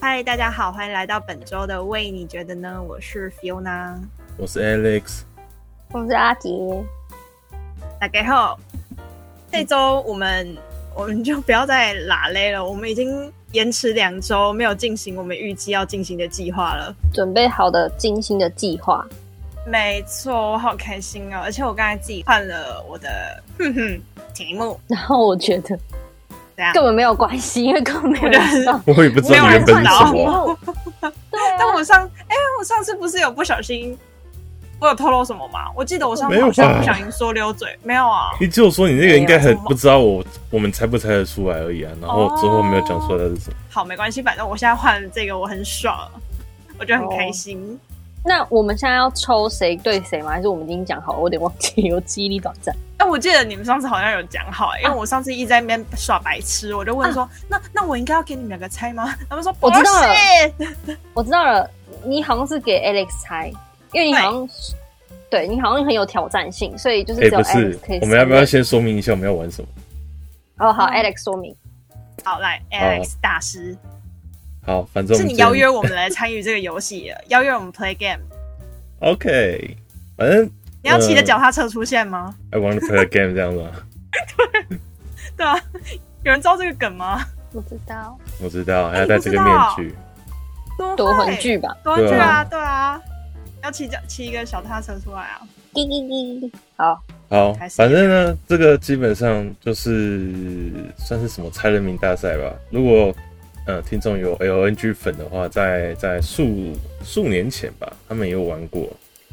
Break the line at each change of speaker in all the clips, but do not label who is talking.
嗨，大家好，欢迎来到本周的喂，你觉得呢？我是 Fiona，
我是 Alex，
我是阿杰。
大家好，这周我们我们就不要再拉勒了，我们已经延迟两周，没有进行我们预计要进行的计划了。
准备好的精心的计划，
没错，我好开心哦！而且我刚才自己换了我的哼哼题目，
然后我觉得
怎样？
根本没有关系，因为根本没有人知道。
我也不知道你原本是什
没有人知
么，
道 但我上哎、我上次不是有不小心，我有透露什么吗？我记得我上次好像
没有吧
不小心说溜嘴，没有啊。
你只有说你那个应该
没
很
有什么
不知道我，我们猜不猜得出来而已啊。然后之后没有讲出来它是什么，
好，没关系，反正我现在换了这个，我很爽，我觉得
哦
很开心。
那我们现在要抽谁对谁吗？还是我们已经讲好了？我有点忘记，我记忆力短暂。
哎、我记得你们上次好像有讲
啊
好、哎因为我上次一直在那边耍白痴，我就问说，那那我应该要给你们两个猜吗？ 他们说
我知道了
不是
我知道了，你好像是给 Alex 猜，因为你好像对你好像很有挑战性，所以就是
哎、
只有
不
Alex
是
可以。
我们要不要
胜
先说明一下我们要玩什么？
任？哦，好
嗯
，Alex 说明。
好，来，Alex
哦
大师，
好，反正我
是
们
你邀约我们来参与这个游戏的，邀约我们 play game。
，OK，反正
你要骑着
嗯
脚踏车出现吗？
I want to play a game 这样子啊。
嗯
对啊，有人知道这个梗吗？
不知道，
我知道，还
哎
要戴这
你
个
不
面
知道
具，
多
夺
会
魂，剧吧。
多魂剧啊，
对啊
对啊，要骑脚骑一个小踏车出来啊。
滴滴滴滴。好，
好
还，是
反正呢，这个基本上就是算是什么猜人名大赛吧。如果呃听众有 LNG 粉的话，在在数数年前吧，他们也有玩过。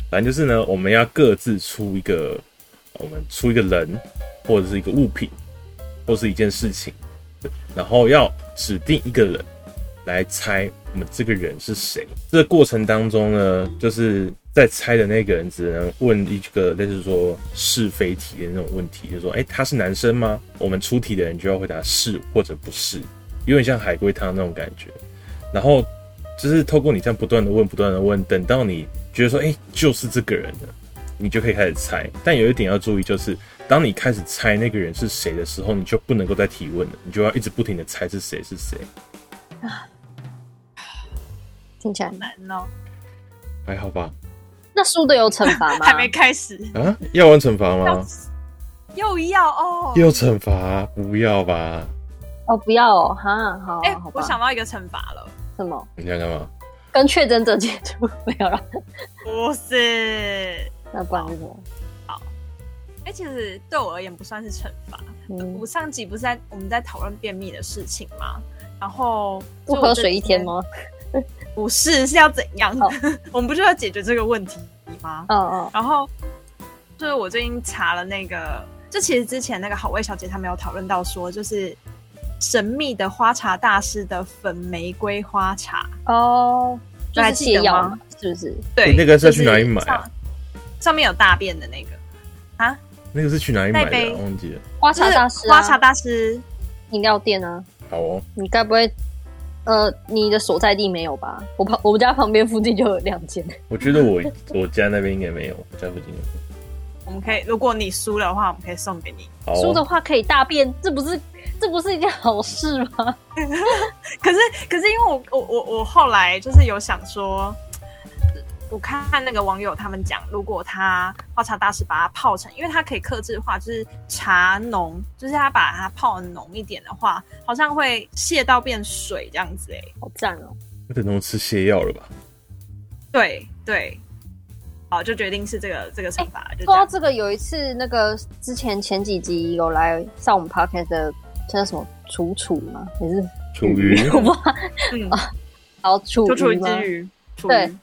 反正就是呢，我们要各自出一个，我们出一个人或者是一个物品，或是一件事情，然后要指定一个人来猜我们这个人是谁。这个过程当中呢，就是在猜的那个人只能问一个类似说是非题的那种问题，就是说，哎、他是男生吗？我们出题的人就要回答是或者不是，有点像海龟汤那种感觉。然后就是透过你这样不断的问、不断的问，等到你觉得说，哎、就是这个人了。你就可以开始猜，但有一点要注意，就是当你开始猜那个人是谁的时候，你就不能够再提问了，你就要一直不停的猜是谁是谁。
听起来
难哦，
还好吧？
那输的有惩罚吗？
还没开始，
啊，要玩惩罚
要
吗？
又要哦。
要惩罚？不要吧？
哦，不要哦，哈，好，
哎、
好吧
我想到一个惩罚了，
什么？
你想干嘛？
跟确诊者接触 没有了，
不是。
那不然是什么？
哎、其实对我而言不算是惩罚。
嗯
我，上集不是在我们在讨论便秘的事情吗？然后
不喝水一天？
就我
吗？
这不是，是要怎样？
哦
我们不就要解决这个问题吗？
嗯嗯，
然后就是我最近查了那个，就其实之前那个好味小姐他们有讨论到说，就是神秘的花茶大师的粉玫瑰花茶，
哦，就
还
是
记
泻
得
药
吗
嘛，是不是？
对，
你那个是要去哪里买
就是
啊
上？上面有大便的那个啊，
那个是去哪里买
那
的、
杯
啊？忘记了。
花
就
茶
是
大师、啊，
花茶大师
饮料店啊，
好哦，
你该不会呃，你的所在地没有吧？我旁我们家旁边附近就有两间，
我觉得我我家那边应该没有，我家附近有。
我们可以，如果你输了的话，我们可以送给你。
好、
输的
哦，
话可以大便，这不是这不是一件好事吗？
可是，可是因为我我我我后来就是有想说，我看那个网友他们讲，如果他花茶大师把它泡成，因为它可以克制化，就是茶浓，就是他把它泡得浓一点的话，好像会泻到变水这样子哎、
好赞哦！
那等同吃泻药了吧？
对对，好，就
哎
决定是这个这个惩罚了，就这
说到
样。
这个，有一次那个之前前几集有来上我们 podcast 的，叫什么楚楚吗？还是
处于
我不知道，
嗯，
好楚
就处于
吗
之余，处
对
于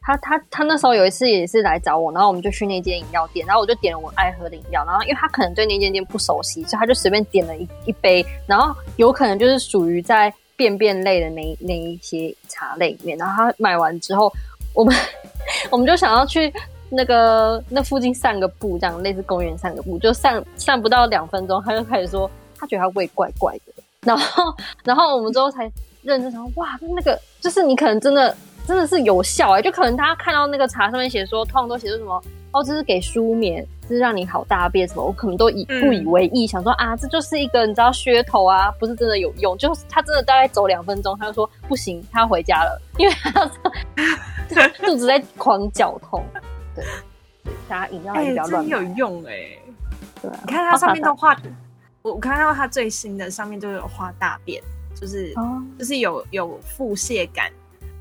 他他他那时候有一次也是来找我，然后我们就去那间饮料店，然后我就点了我爱喝的饮料，然后因为他可能对那间店不熟悉，所以他就随便点了一一杯，然后有可能就是属于在便便类的那一那一些茶类里面，然后他买完之后，我们 我们就想要去那个那附近散个步，这样类似公园散个步，就散散不到两分钟，他就开始说他觉得他胃怪怪的，然后然后我们之后才认真想，哇，那个欸就是你可能真的真的是有效哎、就可能大家看到那个茶上面写说，通常都写出什么哦，这是给舒眠，这是让你好大便什么，我可能都以不以为意，想说啊，这就是一个你知道噱头啊，不是真的有用。就是他真的大概走两分钟，他就说不行，他要回家了，因为他 肚子在狂绞痛。对，所以大家饮料还
哎、
是不要乱
真
买。
有用哎、
对啊
你看它上面都画，我我看到它最新的上面就有画大便，就是、
哦，
就是有有腹泻感，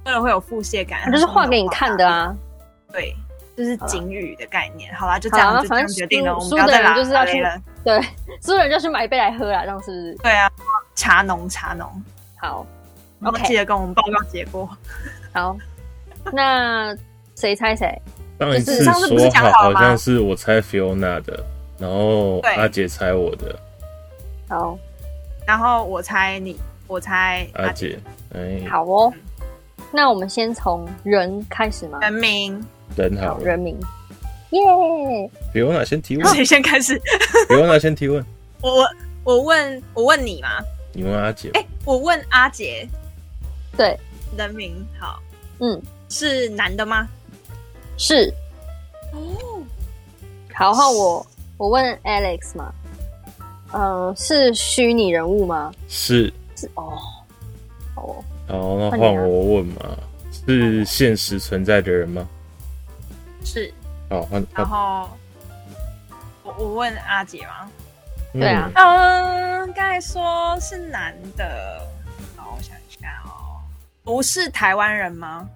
为了会有腹泻感，
他哦就是画给你看的啊。
它上面有画大便。对，就是警语的概念。好啦，就这
好
样，
啦
就这
反
样
正
决定了，
输
我们不要再
输的人
拉
就是要
拉
去
了。
对， 所有人就去买一杯来喝啦，这样是不是？
对啊，茶农茶农，
好，
然后
OK
记得跟我们报告结果。
好，那谁猜谁？
上一次
上次不是
说
讲
好
好了吗
好像是我猜 Fiona 的，然后
对
阿杰猜我的，
好，
然后我猜你，我猜
阿杰，哎，
好哦。那我们先从人开始吗？
人名，
人
好，
好了
人名。耶、
，Fiona 先提问
谁先开始？
，Fiona 先提问，
我我我问我问你吗？
你问阿杰，
哎、我问阿杰
对，
人名，好，
嗯，
是男的吗？
是。
哦，
好，然后我我问 Alex 嘛，嗯、是虚拟人物吗？
是，
是哦，好哦，
好，那换
换你啊
我问嘛，是现实存在的人吗？
是。
好，换
然
换，
后我我问阿杰吗？
对啊
嗯，
嗯，刚才说是男的，然后我想一下哦，不是台湾人吗？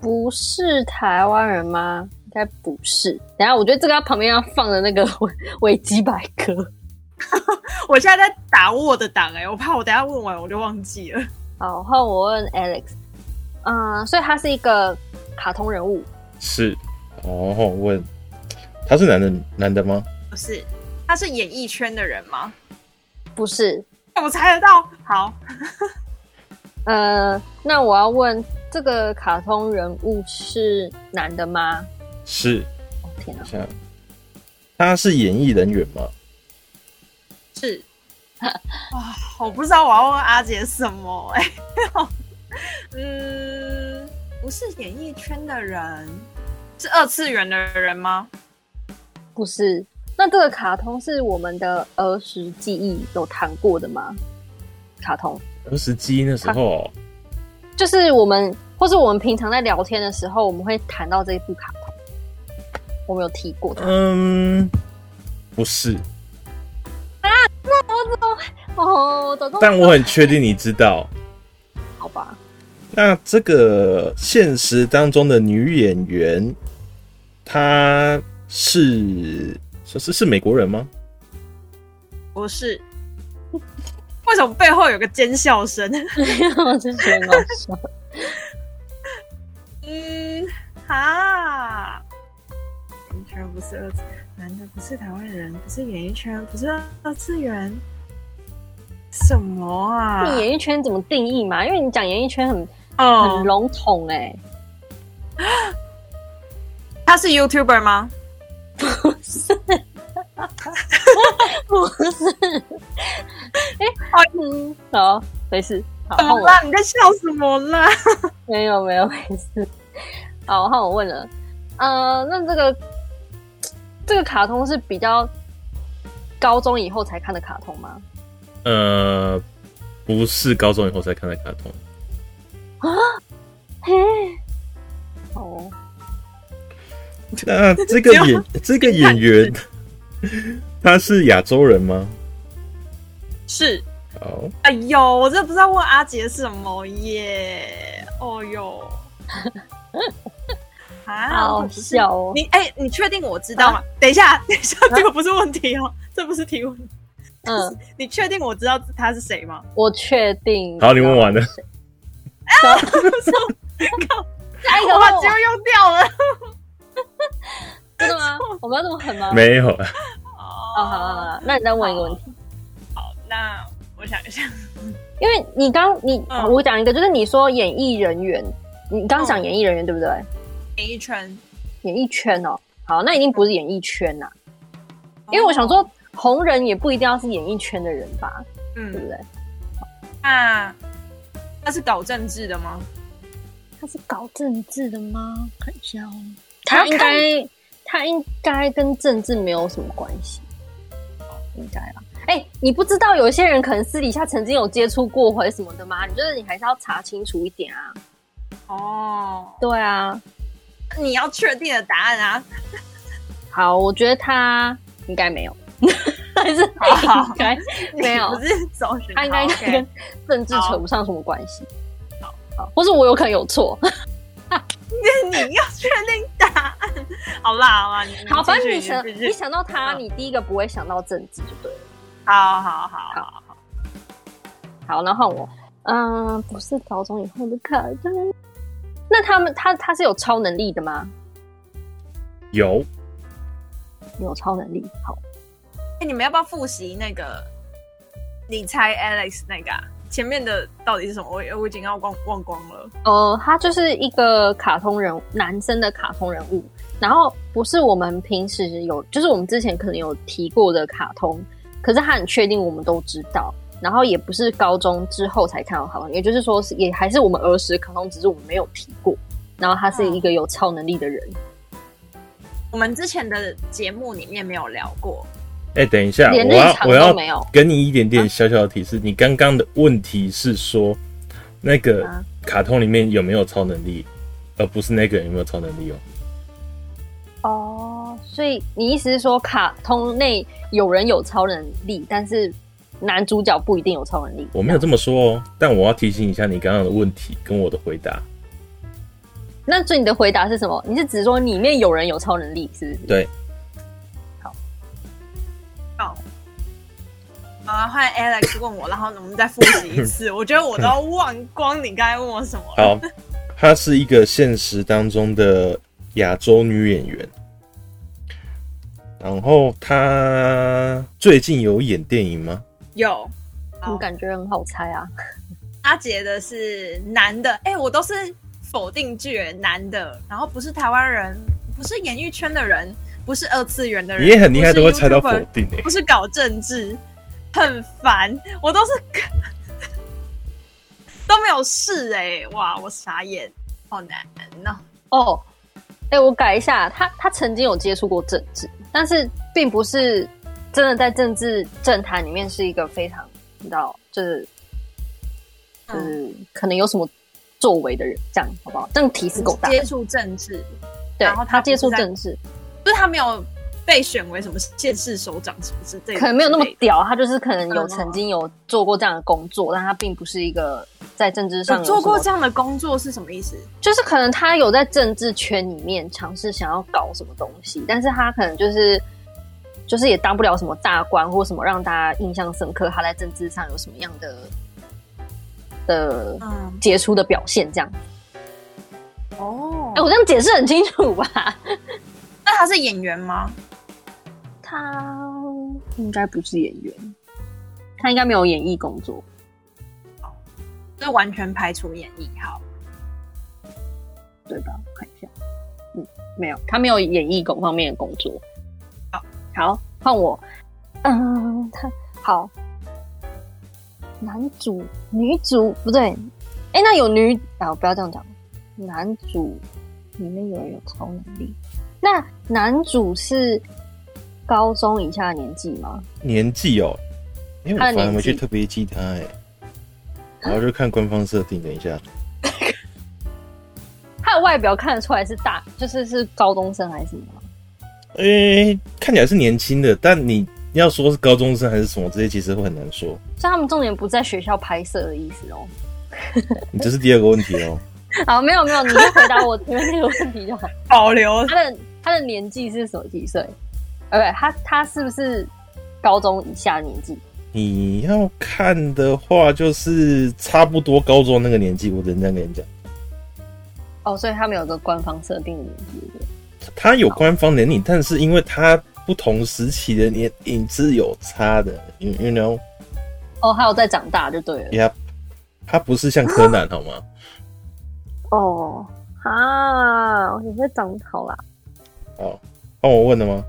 不是台湾人吗？应该不是。等一下，我觉得这个要旁边要放的那个 维维基百科。
我现在在打我的档哎、我怕我等一下问完我就忘记了。
好，然后我问 Alex，嗯、所以他是一个卡通人物，
是，哦，换我问，他是男的男的吗？
不是，他是演艺圈的人吗？
不是？
我猜得到。好，
呃，那我要问这个卡通人物是男的吗？
是，
哦天哪，
像他是演艺人员吗？
是。哇，我不知道我要问阿杰什么哎、 嗯，不是演艺圈的人，是二次元的人吗？
不是。那这个卡通是我们的儿时记忆有谈过的吗？卡通
二十七那时候哦，
就是我们，或是我们平常在聊天的时候，我们会谈到这一部卡通，我们有提过它。
嗯，不是，
哦，怎么
但我很确定你知道。
好吧？
那这个现实当中的女演员，她是是是是美国人吗？
不是。为什么背后有个尖笑声？
我真的觉得很好笑。
嗯，哈，演艺圈不是二次男的，不是台湾人，不是演艺圈，不是二次元，什么啊？
你演艺圈怎么定义嘛？因为你讲演艺圈很很
哦，
笼统哎、
他是 YouTuber 吗？
不是？ 哎、
好
嗯，好，没事，好，
怎
换
么
我
啦？你在笑什么啦？
没有没有没事，好，换我问了，呃，那这个这个卡通是比较高中以后才看的卡通吗？
呃，不是高中以后才看的卡通。
嘿，哦，
那这个演这个演员，他是亚洲人吗？
是，
哦，
哎呦，我真的不知道问阿杰什么耶，哦 呦，啊，
好
我不是
笑啊哦
你哎、你确定我知道吗？等一下，等一下，这个不是问题哦，这不是提问。
嗯，
你确定我知道他是谁吗？
我确定。
好，你问完了。
然后。下一个
我把
换
机
我
会用掉了。
真的吗？我们要这么狠吗？
没有，啊
哦，好好好，那你再问一个问题。
好，那我想一下，
因为你刚你、
嗯
我讲一个，就是你说演艺人员，你刚讲演艺人员、对不对？
演艺圈，
演艺圈哦，好，那一定不是演艺圈呐、因为我
哦
想，说红人也不一定要是演艺圈的人吧，对不
嗯，啊
对？
那他是搞政治的吗？
他是搞政治的吗？看一下哦，他应该他应该跟政治没有什么关系，应该啦。哎、你不知道有些人可能私底下曾经有接触过或者什么的吗？你就是你还是要查清楚一点啊。
哦，
对啊，
你要确定的答案啊！
好，我觉得他应该没有， 还是
好
应该没有
你不是走寻
他应该
好
跟
OK
政治扯不上什么关系。好，或是我有可能有错。
嗯 你要确定答案。好啦，好啦，你
好，反正
继
你
续
想
继续
你想到他，
嗯
你第一个不会想到政治就对了。
好好好
好
好，
好，然后我，嗯、不是高中以后的卡但那他们他他是有超能力的吗？
有
有超能力，好，
哎、你们要不要复习那个你猜 Alex 那个、啊、前面的到底是什么？我我已经要忘忘光了。
呃，他就是一个卡通人物，男生的卡通人物。然后不是我们平时有，就是我们之前可能有提过的卡通，可是他很确定我们都知道。然后也不是高中之后才看到卡通，也就是说是也还是我们儿时卡通，只是我们没有提过。然后他是一个有超能力的人，
我们之前的节目里面没有聊过，
哎、等一下，
连
我
立
要
场
我
都
要
没有。
给你一点点小小的提示。你刚刚的问题是说，那个
啊
卡通里面有没有超能力，而不是那个人有没有超能力哦。
哦，所以你意思是说，卡通内有人有超能力，但是男主角不一定有超能力？
我没有这么说哦，
啊
但我要提醒一下你刚刚的问题跟我的回答。
那所以你的回答是什么？你是指说里面有人有超能力，是不是？
对，
哦，啊，换 Alex 问我，然后我们再复习一 次。我觉得我都要忘光你刚才问我什么了。
好，她是一个现实当中的亚洲女演员，然后她最近有演电影吗？
有，
我
好，
感觉很好猜啊。
阿杰的是男的，哎、我都是否定句，哎男的，然后不是台湾人，不是演艺圈的人，不是二次元的人，
你也很厉害，
不是
都会猜到否
YouTuber
定欸诶、
不是搞政治，很烦，我都是 都没有事哎、哇，我傻眼，好难哦。
哦，哎、我改一下，他他曾经有接触过政治，但是并不是真的在政治政坛里面是一个非常你知道，就是就
嗯，
是可能有什么作为的人，这样好不好？这样提示够大。
接触政治，
对
然后，他
他
不
接
是
触
在
政治，
就是他没有被选为什么县市首长什么之类的，
可能没有那么
之类的
屌，他就是可能有
嗯
曾经有做过这样的工作，但他并不是一个在政治上
有做过
啊什么
这样的工作是什么意思？
就是可能他有在政治圈里面尝试想要搞什么东西，但是他可能就是就是也当不了什么大官或什么让大家印象深刻，他在政治上有什么样的的
嗯，
杰出的表现这样。
哦
哎、，我这样解释很清楚吧？
那他是演员吗？
他应该不是演员，他应该没有演艺工作。
就完全排除演艺，好，
对吧？我看一下，嗯，没有，他没有演艺工方面的工作。
好，
好，换我。嗯，他好，男主、女主不对，哎、那有女啊，不要这样讲，男主里面有人有超能力，那男主是高中以下的年纪吗？
年纪哦，因为
她的
我反而
年
回去
纪
特别记她哎、然后就看官方设定。等一下，
他的外表看得出来是大，就是是高中生还是什么吗？
哎、看起来是年轻的，但你要说是高中生还是什么这些，其实会很难说。
所以他们重点不在学校拍摄的意思哦。
你这是第二个问题 哦。
好，没有没有，你就回答我前面那个问题就好。
保留
他的他的年纪是什么几岁？呃，不对，他他是不是高中以下的年纪？
你要看的话，就是差不多高中那个年纪，我只能这样跟你讲。
哦，所以他们有个官方设定的年纪对不对
他有官方年龄，但是因为他不同时期的年龄是有差的，you you know，
哦，还有在长大就对了。
y e p 他不是像柯
啊
南好吗？
哦，啊，你在长好啦。
好，哦帮我问了吗？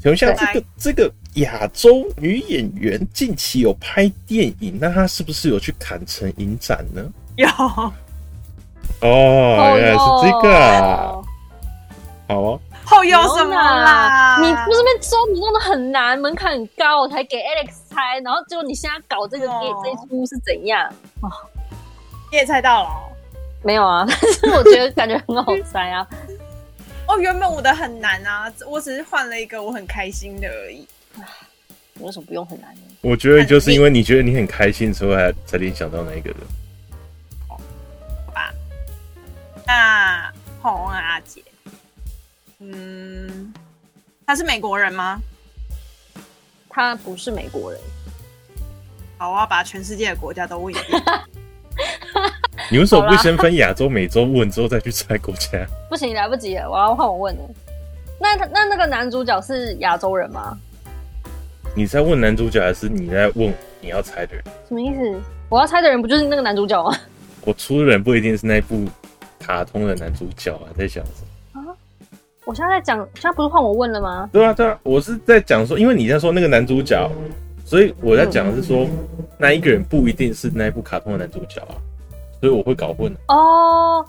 请问一下，
对
这个这个亚洲女演员近期有拍电影，那她是不是有去坎城影展呢？哦
有，
哦
哦，原来是这个啊！
哟。
好哦，
后有什么啦？
你不是那边说你弄得很难，门槛很高，我才给 Alex 猜，然后结果你现在搞这个给、
哦
这一出是怎样？
你也猜到了哦。
没有啊， 但是我觉得感觉很好猜啊。
哦，原本我的很难啊，我只是换了一个我很开心的而已。
你为什么不用很难呢？
我觉得就是因为你觉得你很开心，所以才才联想到那一个人。
那换我问阿杰，嗯，他是美国人吗？
他不是美国人，
好，我要把全世界的国家都问一遍。
你为什么
好
不
啦
先分亚洲、美洲问之后再去猜国家？
不行，来不及了，我要换我问了。那他那那个男主角是亚洲人吗？
你在问男主角，还是你在问你要猜的人？
什么意思？我要猜的人不就是那个男主角吗？
我出的人不一定是那部卡通的男主角啊，在想什么？
我现在在讲，现在不是换我问了吗？
对啊，对啊，我是在讲说，因为你在说那个男主角，所以我在讲的是说，那一个人不一定是那一部卡通的男主角啊，所以我会搞混啊。
哦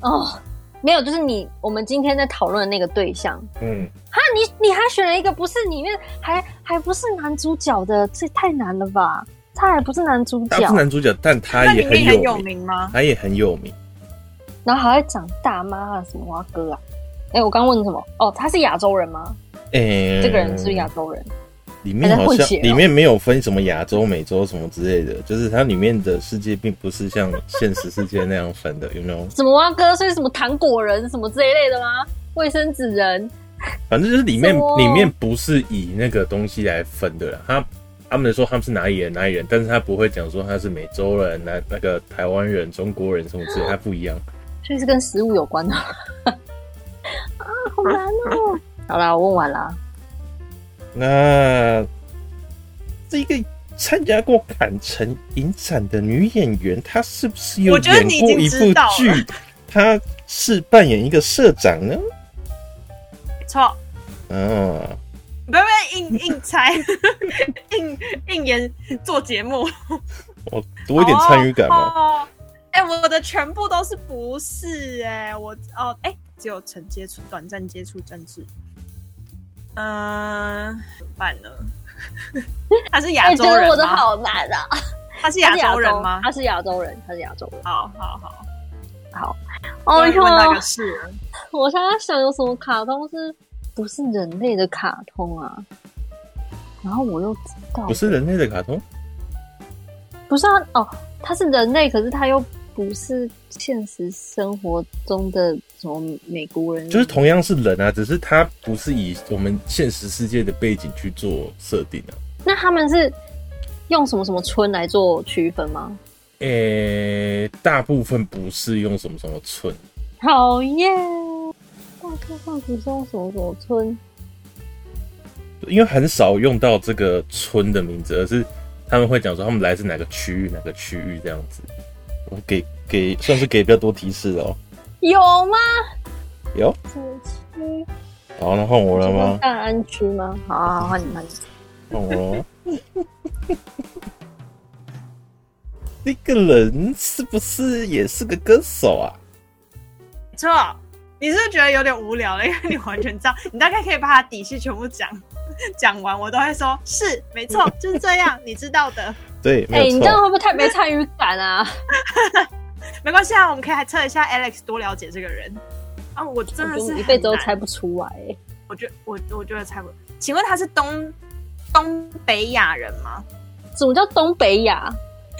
哦，没有，就是你我们今天在讨论的那个对象
嗯，
啊，你你还选了一个不是里面还还不是男主角的，这也太难了吧？他还不是男主
他不
角
是，男主角，但 他
那
也
里
很
面很
有
有
名，
名吗？
他也很有名。
然后还会长大妈啊，什么蛙哥啊？哎、我刚问什么？哦，他是亚洲人吗？
诶、
这个人是不是亚洲人？
里面好
还在混
像
血哦
里面没有分什么亚洲、美洲什么之类的，就是它里面的世界并不是像现实世界那样分的，有没有？
什么蛙哥？所以什么糖果人什么这一类的吗？卫生纸人？
反正就是里面
什么
里面不是以那个东西来分的啦。他他们说他们是哪里人哪里人，但是他不会讲说他是美洲人、那那个台湾人、中国人什么之类，他不一样。
所以是跟食物有 关的啊，
啊
好难哦。好啦，我问完啦。
那这一个参加过坎城影展的女演员，她是不是有
我觉得
演
你已
过
经
一
知
部
道了
剧？她是扮演一个社长呢？
错，
啊，
不要不要硬硬猜， 硬硬演做节目，
我多一点参与感嘛。
哦，哎、我的全部都是不是哎、我哦哎、只有曾接触短暂接触政治，嗯、怎么办呢？ 他是亚
我
洲
觉
人吗？
得哎我的好难啊。
他是亚洲人吗？
他是亚洲人，他是亚洲人。
好好好，
好，哦
终于
哟，
问到一个是人
我现在想有什么卡通是不是人类的卡通啊？然后我又知道
不是人类的卡通，
不是啊，哦，他是人类，可是他又不是现实生活中的什么美国人，
就是同样是人啊，只是它不是以我们现实世界的背景去做设定啊。
那他们是用什么什么村来做区分吗？
诶、大部分不是用什么什么村，
讨厌，大概放不是用什么什么村，
因为很少用到这个村的名字，而是他们会讲说他们来自哪个区域，哪个区域这样子。我给给算是给比较多提示哦。
有吗？
有，
什么区？
好，那换我了吗？
大安区吗？好好，好换你换你。
换我了吗？ 那个人是不是也是个歌手啊？
没错。你是不是觉得有点无聊了？因为你完全知道，你大概可以把他底细全部讲讲完，我都会说是没错，就是这样，你知道的。
对，没
哎、
有错
你这。样会不会太没参与感啊？
没关系啊，我们可以还测一下 Alex 多了解这个人啊。我真的
我觉
是
得你一辈子都
很难
猜不出来、哎
我觉我我觉得猜不。请问他是东东北亚人吗？
什么叫东北亚？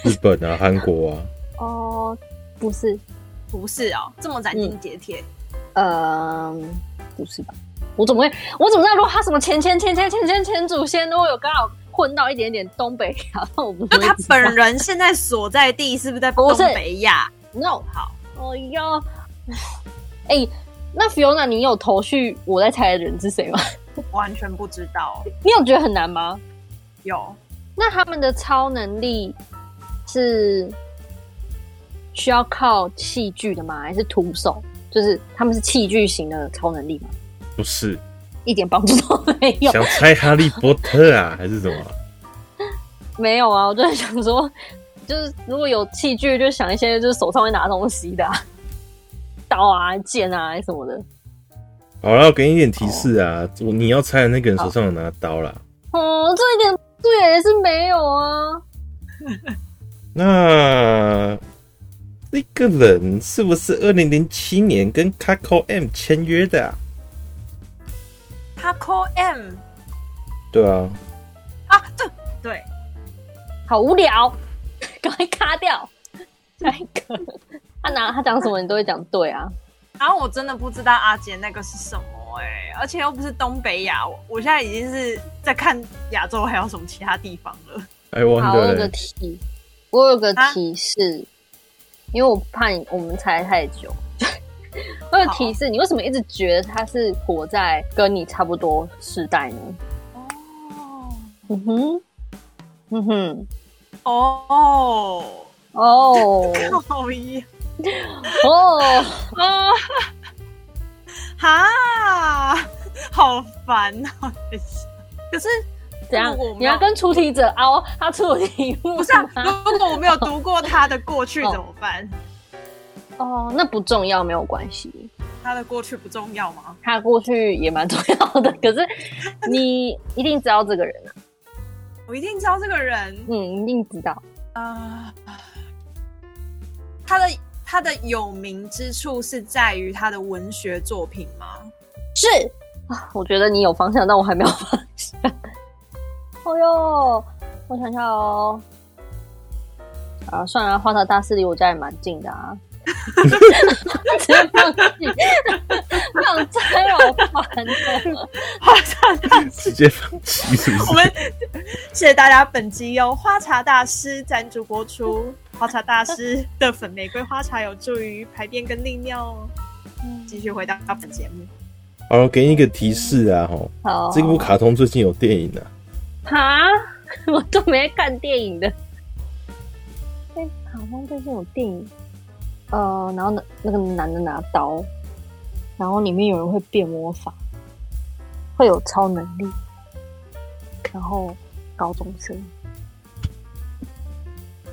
日本啊，韩国啊，
哦，不是，
不是哦，这么斩钉截铁。
嗯呃，不是吧？我怎么会？我怎么知道？如果他什么前前前前前前前祖先，如果有刚好混到一点点东北亚，那我不
就
会
他
知道
本人现在所在地是不是在东北亚？
no
好，
哦哟， 哎、那 Fiona，你有头绪我在猜的人是谁吗？
完全不知道。
你有觉得很难吗？
有
那他们的超能力是需要靠器具的吗？还是徒手？就是他们是器具型的超能力吗？
不是
一点帮助都没有，
想猜哈利波特啊，还是什么啊？
没有啊！我就在想说，就是如果有器具，就想一 些就是手上会拿东西的、啊，刀啊、剑啊什么的。
好了，我给你一点提示啊，我你要猜的那个人手上有拿刀啦。
哦，这一点对也是没有啊。
那那个人是不是二零零七年跟 Coco M 签约的、啊？
他 call M
对啊，
啊，对对，
好无聊， 赶快卡掉。 下一个，他拿他讲什么你都会讲对啊。
然后我真的不知道阿杰那个是什么哎、而且又不是东北亚，我我现在已经是在看亚洲还有什么其他地方了。
哎，
好，我有
忘
个
了。
提，我有个
啊
提示，因为我怕你我们猜太久。 我有提示，你为什么一直觉得他是活在跟你差不多时代呢？
哦
嗯哼，嗯哼，
哦
哦
靠一
哦，
哦，哈，好烦哦！等一下可是
怎样
如果我？们
你要跟出题者凹他出的题目
不是啊？
吗
如果我没有读过他的过去
哦
怎么办？
哦，那不重要，没有关系。
他的过去不重要吗？
他过去也蛮重要的， 可是你一定知道这个人啊，
我一定知道这个人
嗯，一定知道。
啊、他的他的有名之处是在于他的文学作品 吗？
是啊，我觉得你有方向，但我还没有 方向。哦哟，我想一下哦。啊，算了，花桃大师离我家也蛮近的啊。 直接放弃， 不想猜了，好烦哦。
花茶大师，
直接放弃是不
我
是？
们谢谢大家，本集由花茶大师赞助播出。花茶大师的粉玫瑰花茶有助于排便跟利尿哦。继续回到本节目，
好了，给你一个提示啊，吼，
好，
这部卡通最近有电影啊，
哈， 我都没看电影的。哎，好像最近有电影，呃，然后那那个男的拿刀，然后里面有人会变魔法，会有超能力，然后高中生，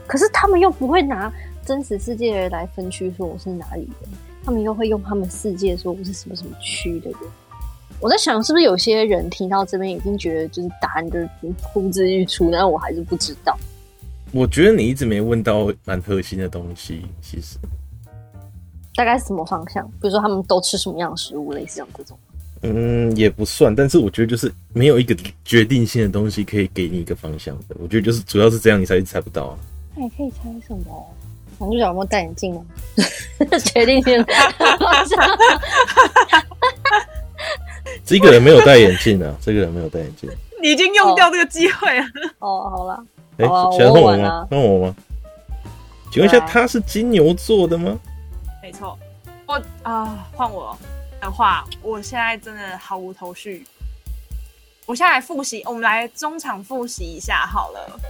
可是他们又不会拿真实世界来分区说我是哪里人，他们又会用他们世界说我是什么什么区的人。我在想，是不是有些人听到这边已经觉得就是答案就是呼之欲出，但是我还是不知道。
我觉得你一直没问到蛮核心的东西，其实，
大概是什么方向？比如说他们都吃什么样的食物，类似像这种。
嗯，也不算，但是我觉得就是没有一个决定性的东西可以给你一个方向的，我觉得就是主要是这样，你才一直猜不到啊。
那你可以猜什么？哦男主角有没有戴眼镜啊？ 决定性的方向。
这个人没有戴眼镜 啊，这个人没有戴眼镜。
你已经用掉这个机会了。
哦，好啦，
哎、
好啊
现在换
我
我
问
吗
啊？
换我吗？请问一下，
对啊
他是金牛座的吗？
没错，我啊，换、我的话，我现在真的毫无头绪。我现在来复习，我们来中场复习一下好了。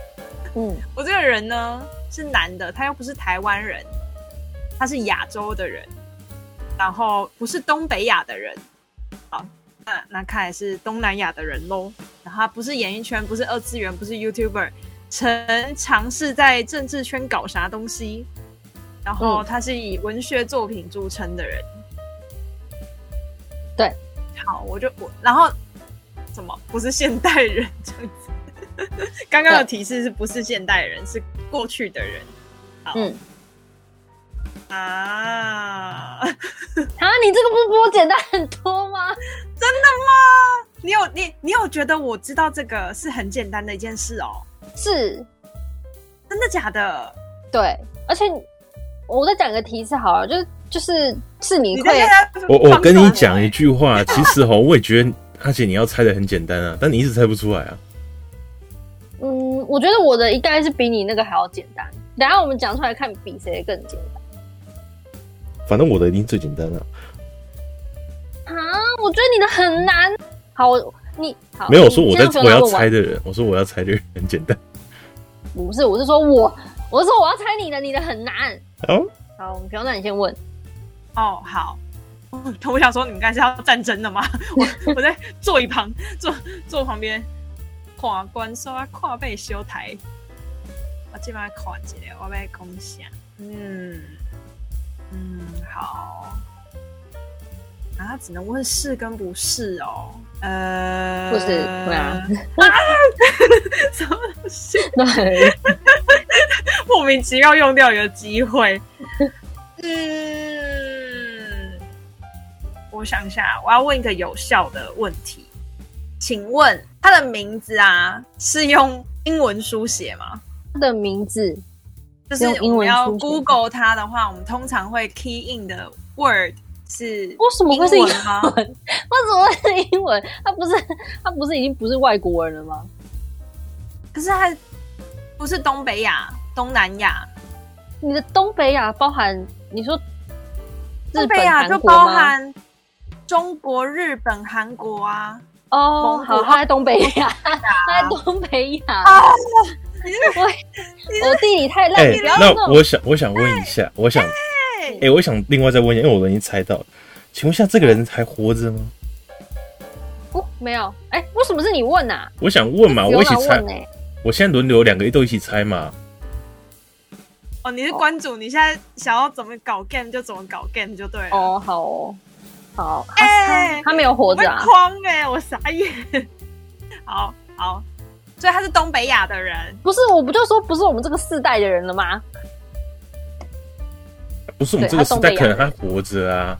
嗯，
我这个人呢是男的，他又不是台湾人，他是亚洲的人，然后不是东北亚的人，好，那那看来是东南亚的人喽。然后他不是演艺圈，不是二次元，不是 YouTuber，曾尝试在政治圈搞啥东西。然后
嗯
他是以文学作品著称的人。
对，
好，我就我然后什么不是现代人这样子？刚刚的提示是不是现代人，是过去的人。好，
嗯
啊，
啊，你这个不比我简单很多吗？
你有你你有觉得我知道这个是很简单的一件事哦？
是，
真的假的？
对，而且我再讲个提示好了，就是就是是你
你
会
在现在
我我跟你
放啊纵
讲一句 话，其实哈，我也觉得，而且你要猜的很简单啊，但你一直猜不出来啊。
嗯，我觉得我的应该是比你那个还要简单。等一下我们讲出来看比谁更简
反正我的一定最简单啊了、
单啊！我觉得你的很难。好，我你好
没有我说我在
你先让
我要
问完
猜的人，我说我要猜的人很简单。
不是，我是说我，我是说我要猜你的，你的很难。
哦，
好，我们不要，那你先问。
哦，好。 我想说，你们刚才是要战争的吗？ 我我在座椅旁，坐坐旁边，跨关刷跨背修台。我今晚看一下，我要讲啥？嗯嗯，好。啊，他只能问是跟不是哦。呃，
不是 对啊，
什么东西
对，
莫名其妙用掉一个机会。 嗯，我想一下，我要问一个有效的问题，请问他的名字啊是用英文书写吗？
他的名字
就是
用英
我们
文书写
要 Google 它的话，我们通常会 key in 的 word 是
为什么会是
英
英
文
文？为
吗？
什么会是英文？他不是他不是已经不是外国人了吗？
可是它不是东北亚、东南亚，
你的东北亚包含你说日
东
本、
北亚就
韩国吗
包含中国、日本、韩国啊。蒙
哦，
古
好，他在东北 亚，他在东北亚。
啊
我我地理太烂，
哎、
你不要
那
弄这种
我想我想
哎
问一下，我想
对
哎、我想另外再问一下，因为我容易猜到了，请问一下，这个人还活着吗？
哦，没有，哎、为什么是你问呐、
我想问嘛，
啊？
我一起
有哪
猜
问，呢、
我现在轮流两个都一起猜嘛。
哦，你是关主，你现在想要怎么搞 game 就怎么搞 game 就对了。
哦，好哦，好，啊
哎
他他没有活
我被
着啊？
框哎、我傻眼。 好好，所以他是东北亚的人，
不是，我不就说不是我们这个世代的人了吗？
不是我们这
对
个
他
时
东
代，
北亚
可能还活着啊。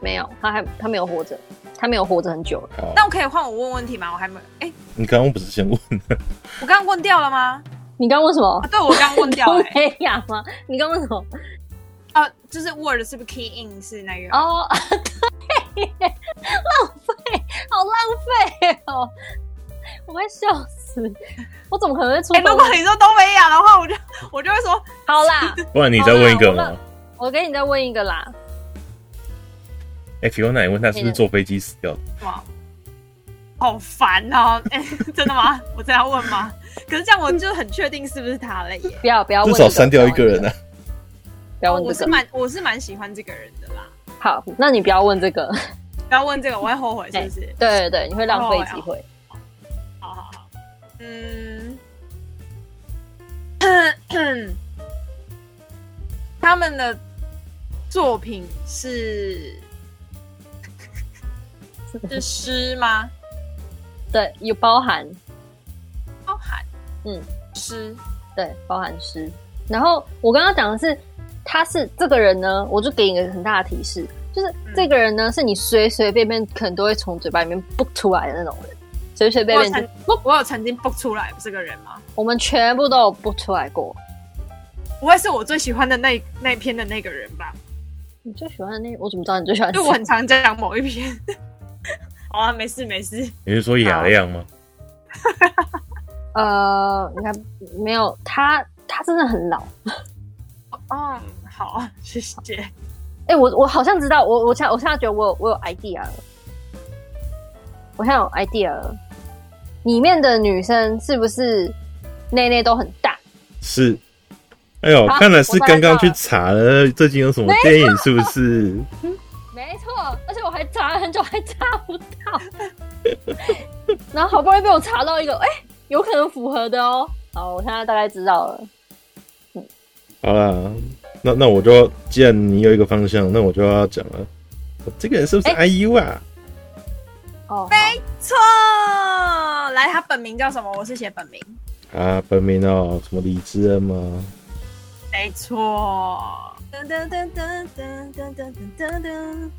没有，他还他没有活着，他没有活着很久了。
好，
那我可以换我问问题吗？我还没，哎、
你刚刚不是先问了？
我刚刚问掉了吗？
你刚问什么
啊，？对，我刚问掉 了、
东
欸。
北亚吗？你刚问什么？
哦、就是 word 是不是 key in 是那个？
哦， 对，浪费，好浪费哦，我快笑死！我怎么可能会出
哎、
东
如果
北？
你说东北亚的话，我就我就会说
好 啦，
不然你再问一个
好
嘛
啦。我给你再问一个啦。
哎、皮 f i 你问他是不是坐飞机死掉的？
哇，好烦哦、 哎、真的吗？我这样问吗？可是这样我就很确定是不是他了耶。
不要不要问
至
这个，
少删掉一个人啊！
不要问
我
这
是
个。
蛮我是蛮喜欢这个人的啦。
好，那你不要问这个。
不要问这个，我会后悔，是不是？
对对对，你会
哦
浪费机会。
好好好，嗯， 他们的作品是是诗吗？
对，有包含
包含
嗯
诗，
对包含诗。然后我刚刚讲的是，他是这个人呢，我就给你一个很大的提示，就是
嗯
这个人呢，是你随随便便可能都会从嘴巴里面蹦出来的那种人，随随便
我有
便就
曾我有曾经 book 出来这个人吗？
我们全部都有不出来过。
不会是我最喜欢的那那篇的那个人吧？
你最喜欢的那，我怎么知道你最喜欢谁？
就我很常讲某一篇。 好啊，没事没事。
你是说雅亮吗？
呃，你看没有他，他真的很老。哦
嗯，好，谢谢。
哎、我我好像知道，我我现在我现在觉得我有我有 idea 了，我现在有 idea 了。里面的女生是不是内内都很大？
是。哎呦，
好
看来是刚刚
我猜到
去
了
查了最近有什么电影，是不是？
没错，而且我还查了很久，还查不到。然后好不容易被我查到一个，哎、有可能符合的哦。好，我现在大概知道了。
好啦，那那我就要既然你有一个方向，那我就要讲了。这个人是不是
哎
IU 啊？
哦，
错，来，他本名叫什么？我是写本名，
啊，本名哦，什么李智恩吗？
没错。噔噔噔噔噔噔噔噔噔，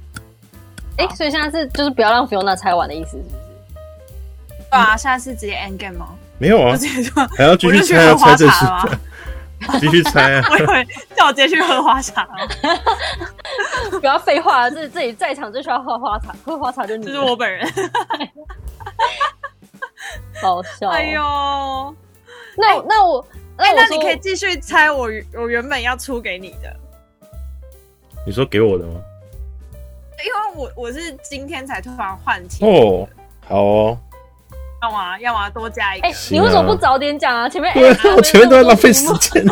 哎、所以现在是就是不要让 Fiona 猜完的意思，是不是？
对啊，现在是直接 end game 吗？
没有
我
啊
直，接说，
还要继
我
续
就去
猜啊，
喝花
猜这是
茶了吗？
继续猜啊
我。以为叫我直接去喝花茶了，
不要废话，这这里在场最需要喝花茶，喝花茶就是你，
就是我本人。
好笑哦、
哎呦，
那我那我
哎，
那我
那
说
你可以继续猜我我原本要出给你的，
你说给我的吗？
因为我我是今天才突然换题，
哦，好哦，
要吗？要吗？多加一个
哎、，
行
你
啊
为什么不早点讲啊？前面
对
哎
啊，我前面都在浪费时。
哎
间。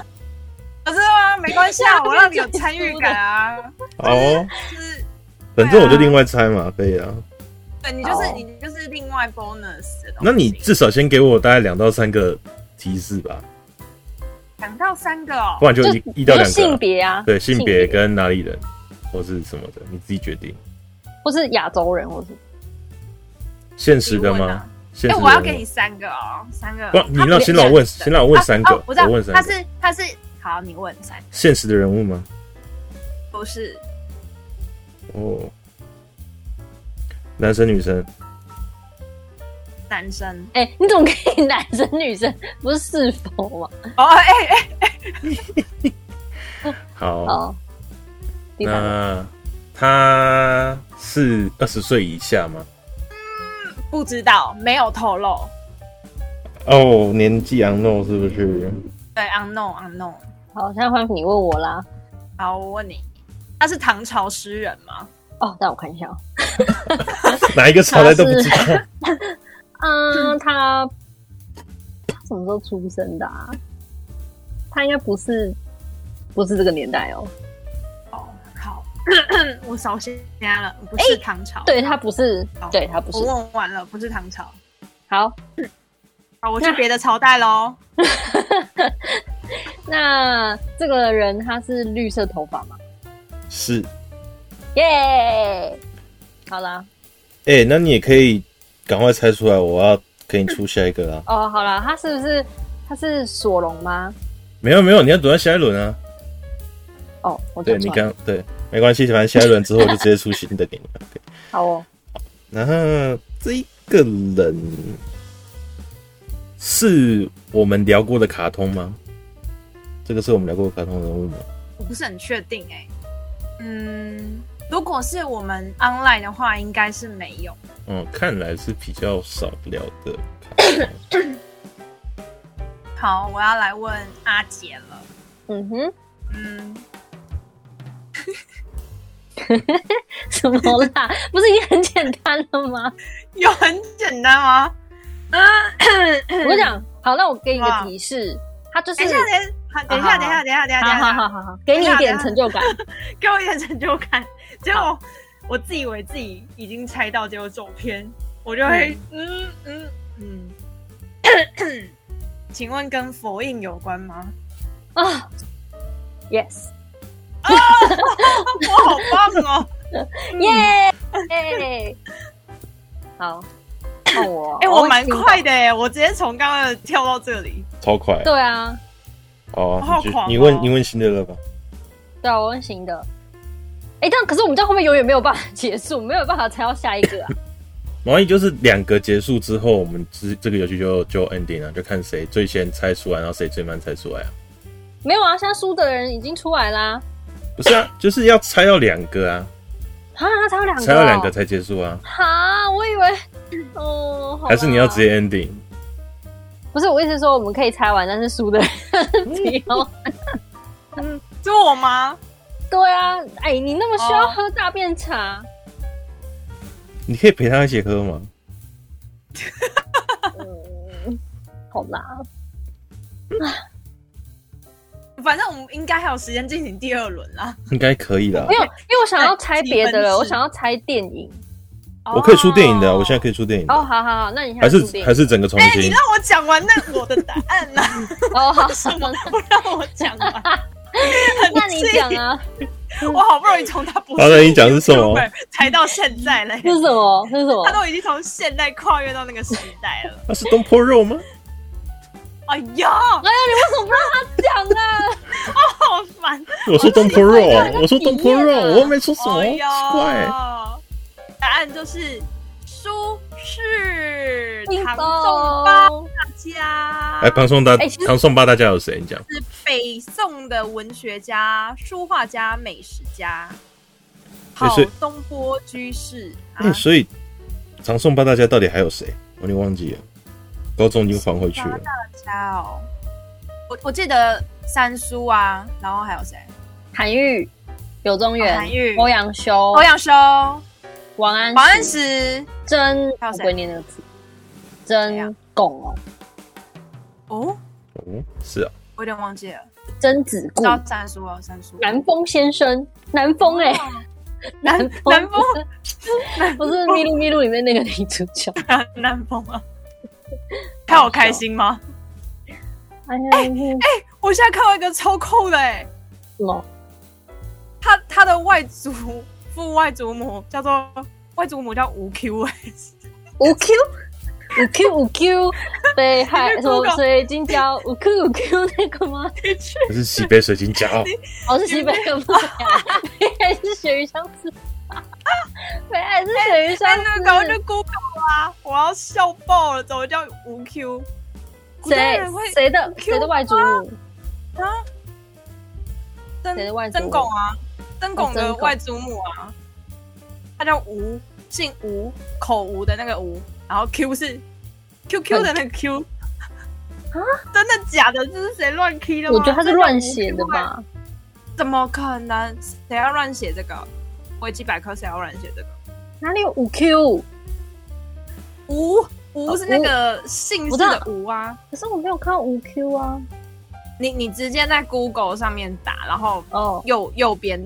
可是吗？没关 系啊，我让你有参与感啊，
好哦，
就是。
反正我就另外猜嘛，可以啊。
对你就是
好
你就是另外 bonus 的东西。
那你至少先给我大概两到三个提示吧，
两到三个哦
不，然就
就
一一到
你就
两
性
个啊。
别啊，
对，性别跟哪里人或是什么的，你自己决定。
或是亚洲人，或是
现实的
提问
吗
啊？
现
哎、
实的
我要
吗
给你三个哦，三个。
不，你让
先
先让我问，先让我问三个，
我知道，
问三
他
个
啊哦是他是好，你问三个，
现实的人物吗？
不是
哦，男生女生，
男生。
哎、你怎么可以男生女生不是是否啊吗？
哦，哎、哎、
好，
好，哦第三个
那他是二十岁以下吗？
不知道，没有透露。
哦，年纪 unknown 是不是？
对，unknown unknown。
好，现在换你问我啦。
好，我问你，他是唐朝诗人吗？
哦，让我看一下哦。
哪一个朝代都不知道。
嗯，他他什么时候出生的、啊？他应该不是不是这个年代哦。
哦，好， 我扫兴他了，不是唐朝。
哎对他不是
好，
对他不是
我。问完了，不是唐朝。
好，
好，我去别的朝代喽。
那这个人他是绿色头发吗？
是，
耶、好啦，
哎、那你也可以赶快猜出来，我要给你出下一个啊啦。
哦，好啦，他是不是他是索隆吗？
没有没有，你要等到下一轮啊。
哦，我
对
讲
你
错了。
刚对，没关系，反正下一轮之后我就直接出新的给你。OK，
好哦，
然后这一个人是我们聊过的卡通吗？这个是我们聊过的卡通人物吗？
我不是很确定哎、嗯，如果是我们 online 的话，应该是没有。
嗯，看来是比较少聊的 卡通。
好，我要来问阿杰了。
嗯哼，
嗯，
什么啦？不是已经很简单了吗？
有很简单 吗？
我跟你讲，好，那我给你一个提示，他就是
等一下，等，好，等一
好
下，等一下，等一下，等一下，等一
好好
下，
好好好，给你一点成就感。
给我一点成就感。结果我自以为自己已经猜到，结果走偏，我就会嗯嗯嗯。 请问跟佛印有关吗？
啊、yes，
我好棒哦！
耶、耶！好，看我，
哎、我蛮
会紧
快的哎，我直接从刚刚的跳到这里。
超快
张。对啊，
哦，
好
你去
狂哦
你问你问辛德勒吧。
对啊，我很行的。哎、但可是我们这样会不会永远没有办法结束，没有办法猜到下一个啊？
毛衣就是两个结束之后，我们这这个游戏就就 ending 了，就看谁最先猜出来，然后谁最慢猜出来啊。
没有啊，现在输的人已经出来啦。
不是 啊，就是要猜到两个啊，
啊，才有两个、哦，
猜到两个。才结束啊。
哈，我以为，哦，好吧
还是你要直？接 ending？
不是，我意思是说我们可以猜完，但是输的人只
嗯
有。
是我吗？
对啊，哎、你那么需要
哦
喝大便茶？
你可以陪他一起喝吗？哦
嗯，好啦，
反正我们应该还有时间进行第二轮啦。
应该可以啦
没。有，因为我想要猜别的
哎积分
了，
制
我想要猜电影。
我可以出电影的啊，
哦
我现在可以出电影的
哦，好好好，那你
还
想出
是
电
还
影？
是整个重
哎、你
新
让？我讲完那我的答案啦、
哦，好，
什么不让我讲完？
那你讲啊，
我好不容易从他不
好的，你讲是什么？
YouTuber 才到现在嘞，
这是什么？这是什么
他？都已经从现代跨越到那个时代了。
那是东坡肉 吗？
哎呀，
哎呀，你为什么不让他讲啊？
好烦！
我说东坡肉啊，
我
我
自
说
己看
东坡肉，
那个
我又没说什么，
哎
奇怪。
呀，答案就是苏轼、
冰
唐宋八
包。
家
哎，，唐宋大
哎其实
唐宋八大家有谁？你讲
是北宋的文学家、书画家、美食家，
哎
好
所以
东坡居士啊
哎，，所以唐宋八大家到底还有谁？我有点忘记了，高中已经还回去
啊
了。
家哦。我我记得三叔啊，然后还有谁？
韩愈、柳宗元、
哦韩愈
欧阳修、
欧阳修、
王安、
王安、石。
曾，
还有
我
谁
哦不会念那个字，
谁啊
曾巩哦，
哦，
哦，是啊，
我有点忘记了，
曾子固
知、道三叔哦，三叔。
南风先生、南风哎、
哦南南 风，
不是《咪路咪路》里面那个女主角。
南风啊！看我开心吗？
哎呀， 哎、
我欸现在看到一个超酷的哎、
什么？
他他的外祖父外祖母叫做外祖母叫吴 Q 哎、
五 Q 五 Q 五 Q 被害什么
Google
水晶胶五 Q 五 Q 那个吗？
可是西北水晶饺、 哦，
哦，是西北的吗？ 北海是鳕鱼香翅，北海是鳕鱼香
但
翅
哎那个赶快就 Google 啊，我要笑爆了，怎么叫吴 Q？古代人会
谁谁的
Q
谁的外祖母？
啊？曾
谁的外祖母
曾巩啊，曾巩
哦
的
曾巩
外祖母啊，她叫吴，姓吴，口吴的那个吴，然后 Q 是 QQ 的那个 Q 真的假的？这是谁乱 K 的吗？
啊我觉得他是
这叫
乱
吴
写的
Q 啊？
吧？
怎么可能？谁要乱写这个？维基百科谁要乱写这个？
哪里有五 Q？
吴吴是那个姓氏
哦我知道
的吴啊。
可是我没有看到五 Q 啊。
你你直接在 Google 上面打，然后
哦，
右右边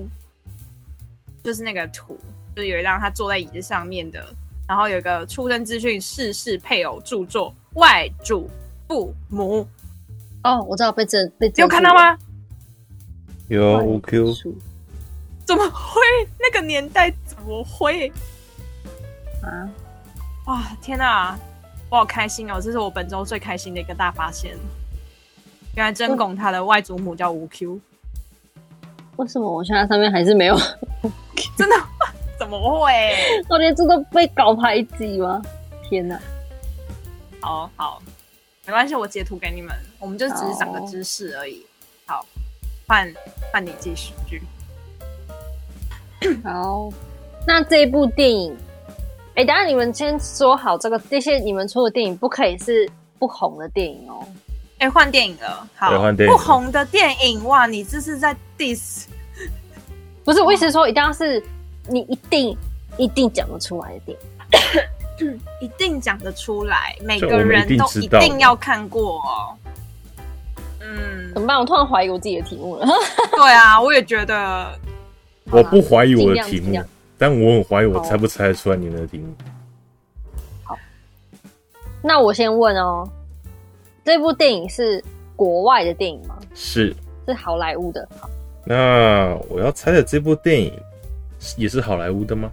就是那个图，就是有一张他坐在椅子上面的，然后有一个出生资讯、逝世配偶、著作、外祖父母，
哦，我知道被遮被遮
有看到
住了？
吗？
有五 Q，
怎么会？那个年代怎么会？
啊！
哇，天哪！我好开心哦，这是我本周最开心的一个大发现。原来真拱他的外祖母叫吴 Q，
为什么我现在上面还是没有？
真的怎么会？
我连这都被搞排挤吗？天哪！
好哦好，没关系，我截图给你们，我们就只是长个知识而已。好，换换你继续。
好，那这一部电影，哎、等一下你们先说好，这个这些你们出的电影不可以是不红的电影哦。
哎、换电影了，好
对，换电影
不红的电影，哇，你这是在 diss
不是，我意思是说一定要是你一定一定讲得出来的电影。
一定讲得出来，每
这我
个
们一
人
定
都
知
一
道
定
的
要看过哦。 嗯
怎，么办？我突然怀疑我自己的题目了。
对啊，我也觉得
我不怀疑我的题
尽量尽
目
量，
但我很怀疑我猜不猜得出来你们的题目。
那我先问哦，这部电影是国外的电影吗？
是，
是好莱坞的？
那我要猜的这部电影也是好莱坞的吗？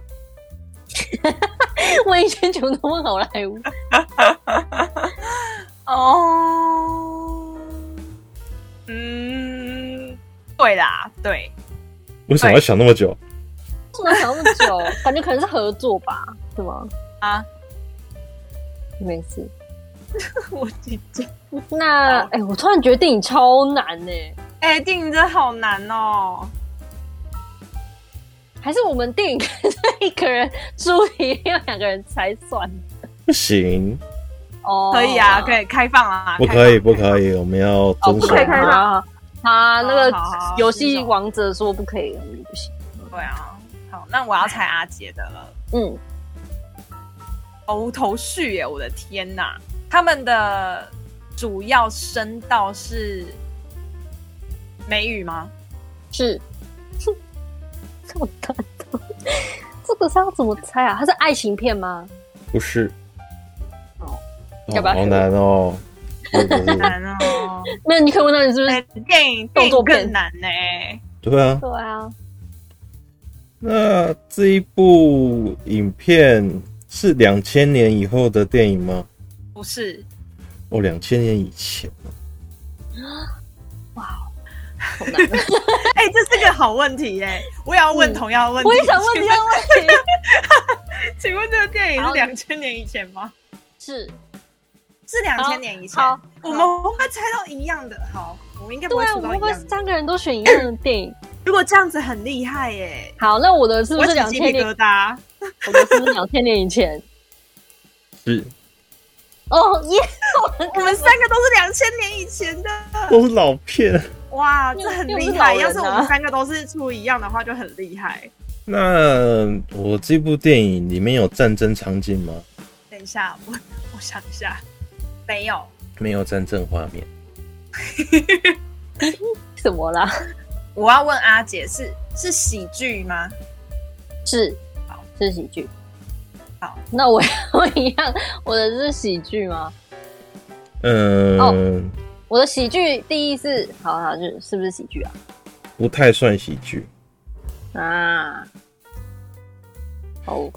问一圈全部都问好莱坞。
哦，嗯，对啦，对，
为什么要想那么久？
为什么想那么久？感觉可能是合作吧？是吗？
啊，
没事。
我记得。
那
好
哎、我突然觉得电影超难呢、
哎、电影真的好难哦！
还是我们电影 干脆一个人出题，要两个人才算
不行，
哦。
可以啊，可
以。
以开放啊，
不
开
可以，
放
不可以，我们要
哦，
遵
不
守
可以
开
开
放
放。他那个
好好好
游戏王者说不可以，我们就不行。
对啊，好，那我要猜阿杰的了，
嗯，
毫无头绪耶！我的天哪，他们的主要声道是美语吗？
是。这么难懂，这个是要怎么猜啊？它是爱情片吗？
不是。
哦要
哦，
不要
好难 哦。不是不是
难哦，
那你可以问到你是不是？
哎电影
动作片
电影更难呢。
对啊，
对啊，
那这一部影片是两千年以后的电影吗？
不是，
哦，两千年以前。
好难。
哎、这是个好问题耶！我也要问
嗯
同样的问题。
我也想问啊
请
这个问 题。
请问这个电影是
好
两千年以前吗？
是，
是两千年以前
好好。
我们会不会猜到一样的？好，我们应该不
对
会
啊，
猜
我们
到
会
一
不会
样的。
三个人都选一样的电 影？
如果这样子很厉害耶，
好，那我的是不
我
是
起
两
鸡
千
皮
年？
疙瘩。
我的是不是两千年以前？
是，
哦耶！
我
嗯
们三个都是两千年以前的，
都是哦老片。
哇，
又
这很
又是
厉害。
老人
要
啊
是我们三个都是出一样的话，就很厉害。
那我这部电影里面有战争场景吗？
等一下，我我想一下，没有，
没有战争画面。
什么啦？
我要问阿姐是是喜剧吗？
是
好，
是喜剧。
好，
那我我一样，我的是喜剧吗？
嗯，
哦我的喜剧第一是，好好就是是不是喜剧啊？
不太算喜剧。
啊，哦，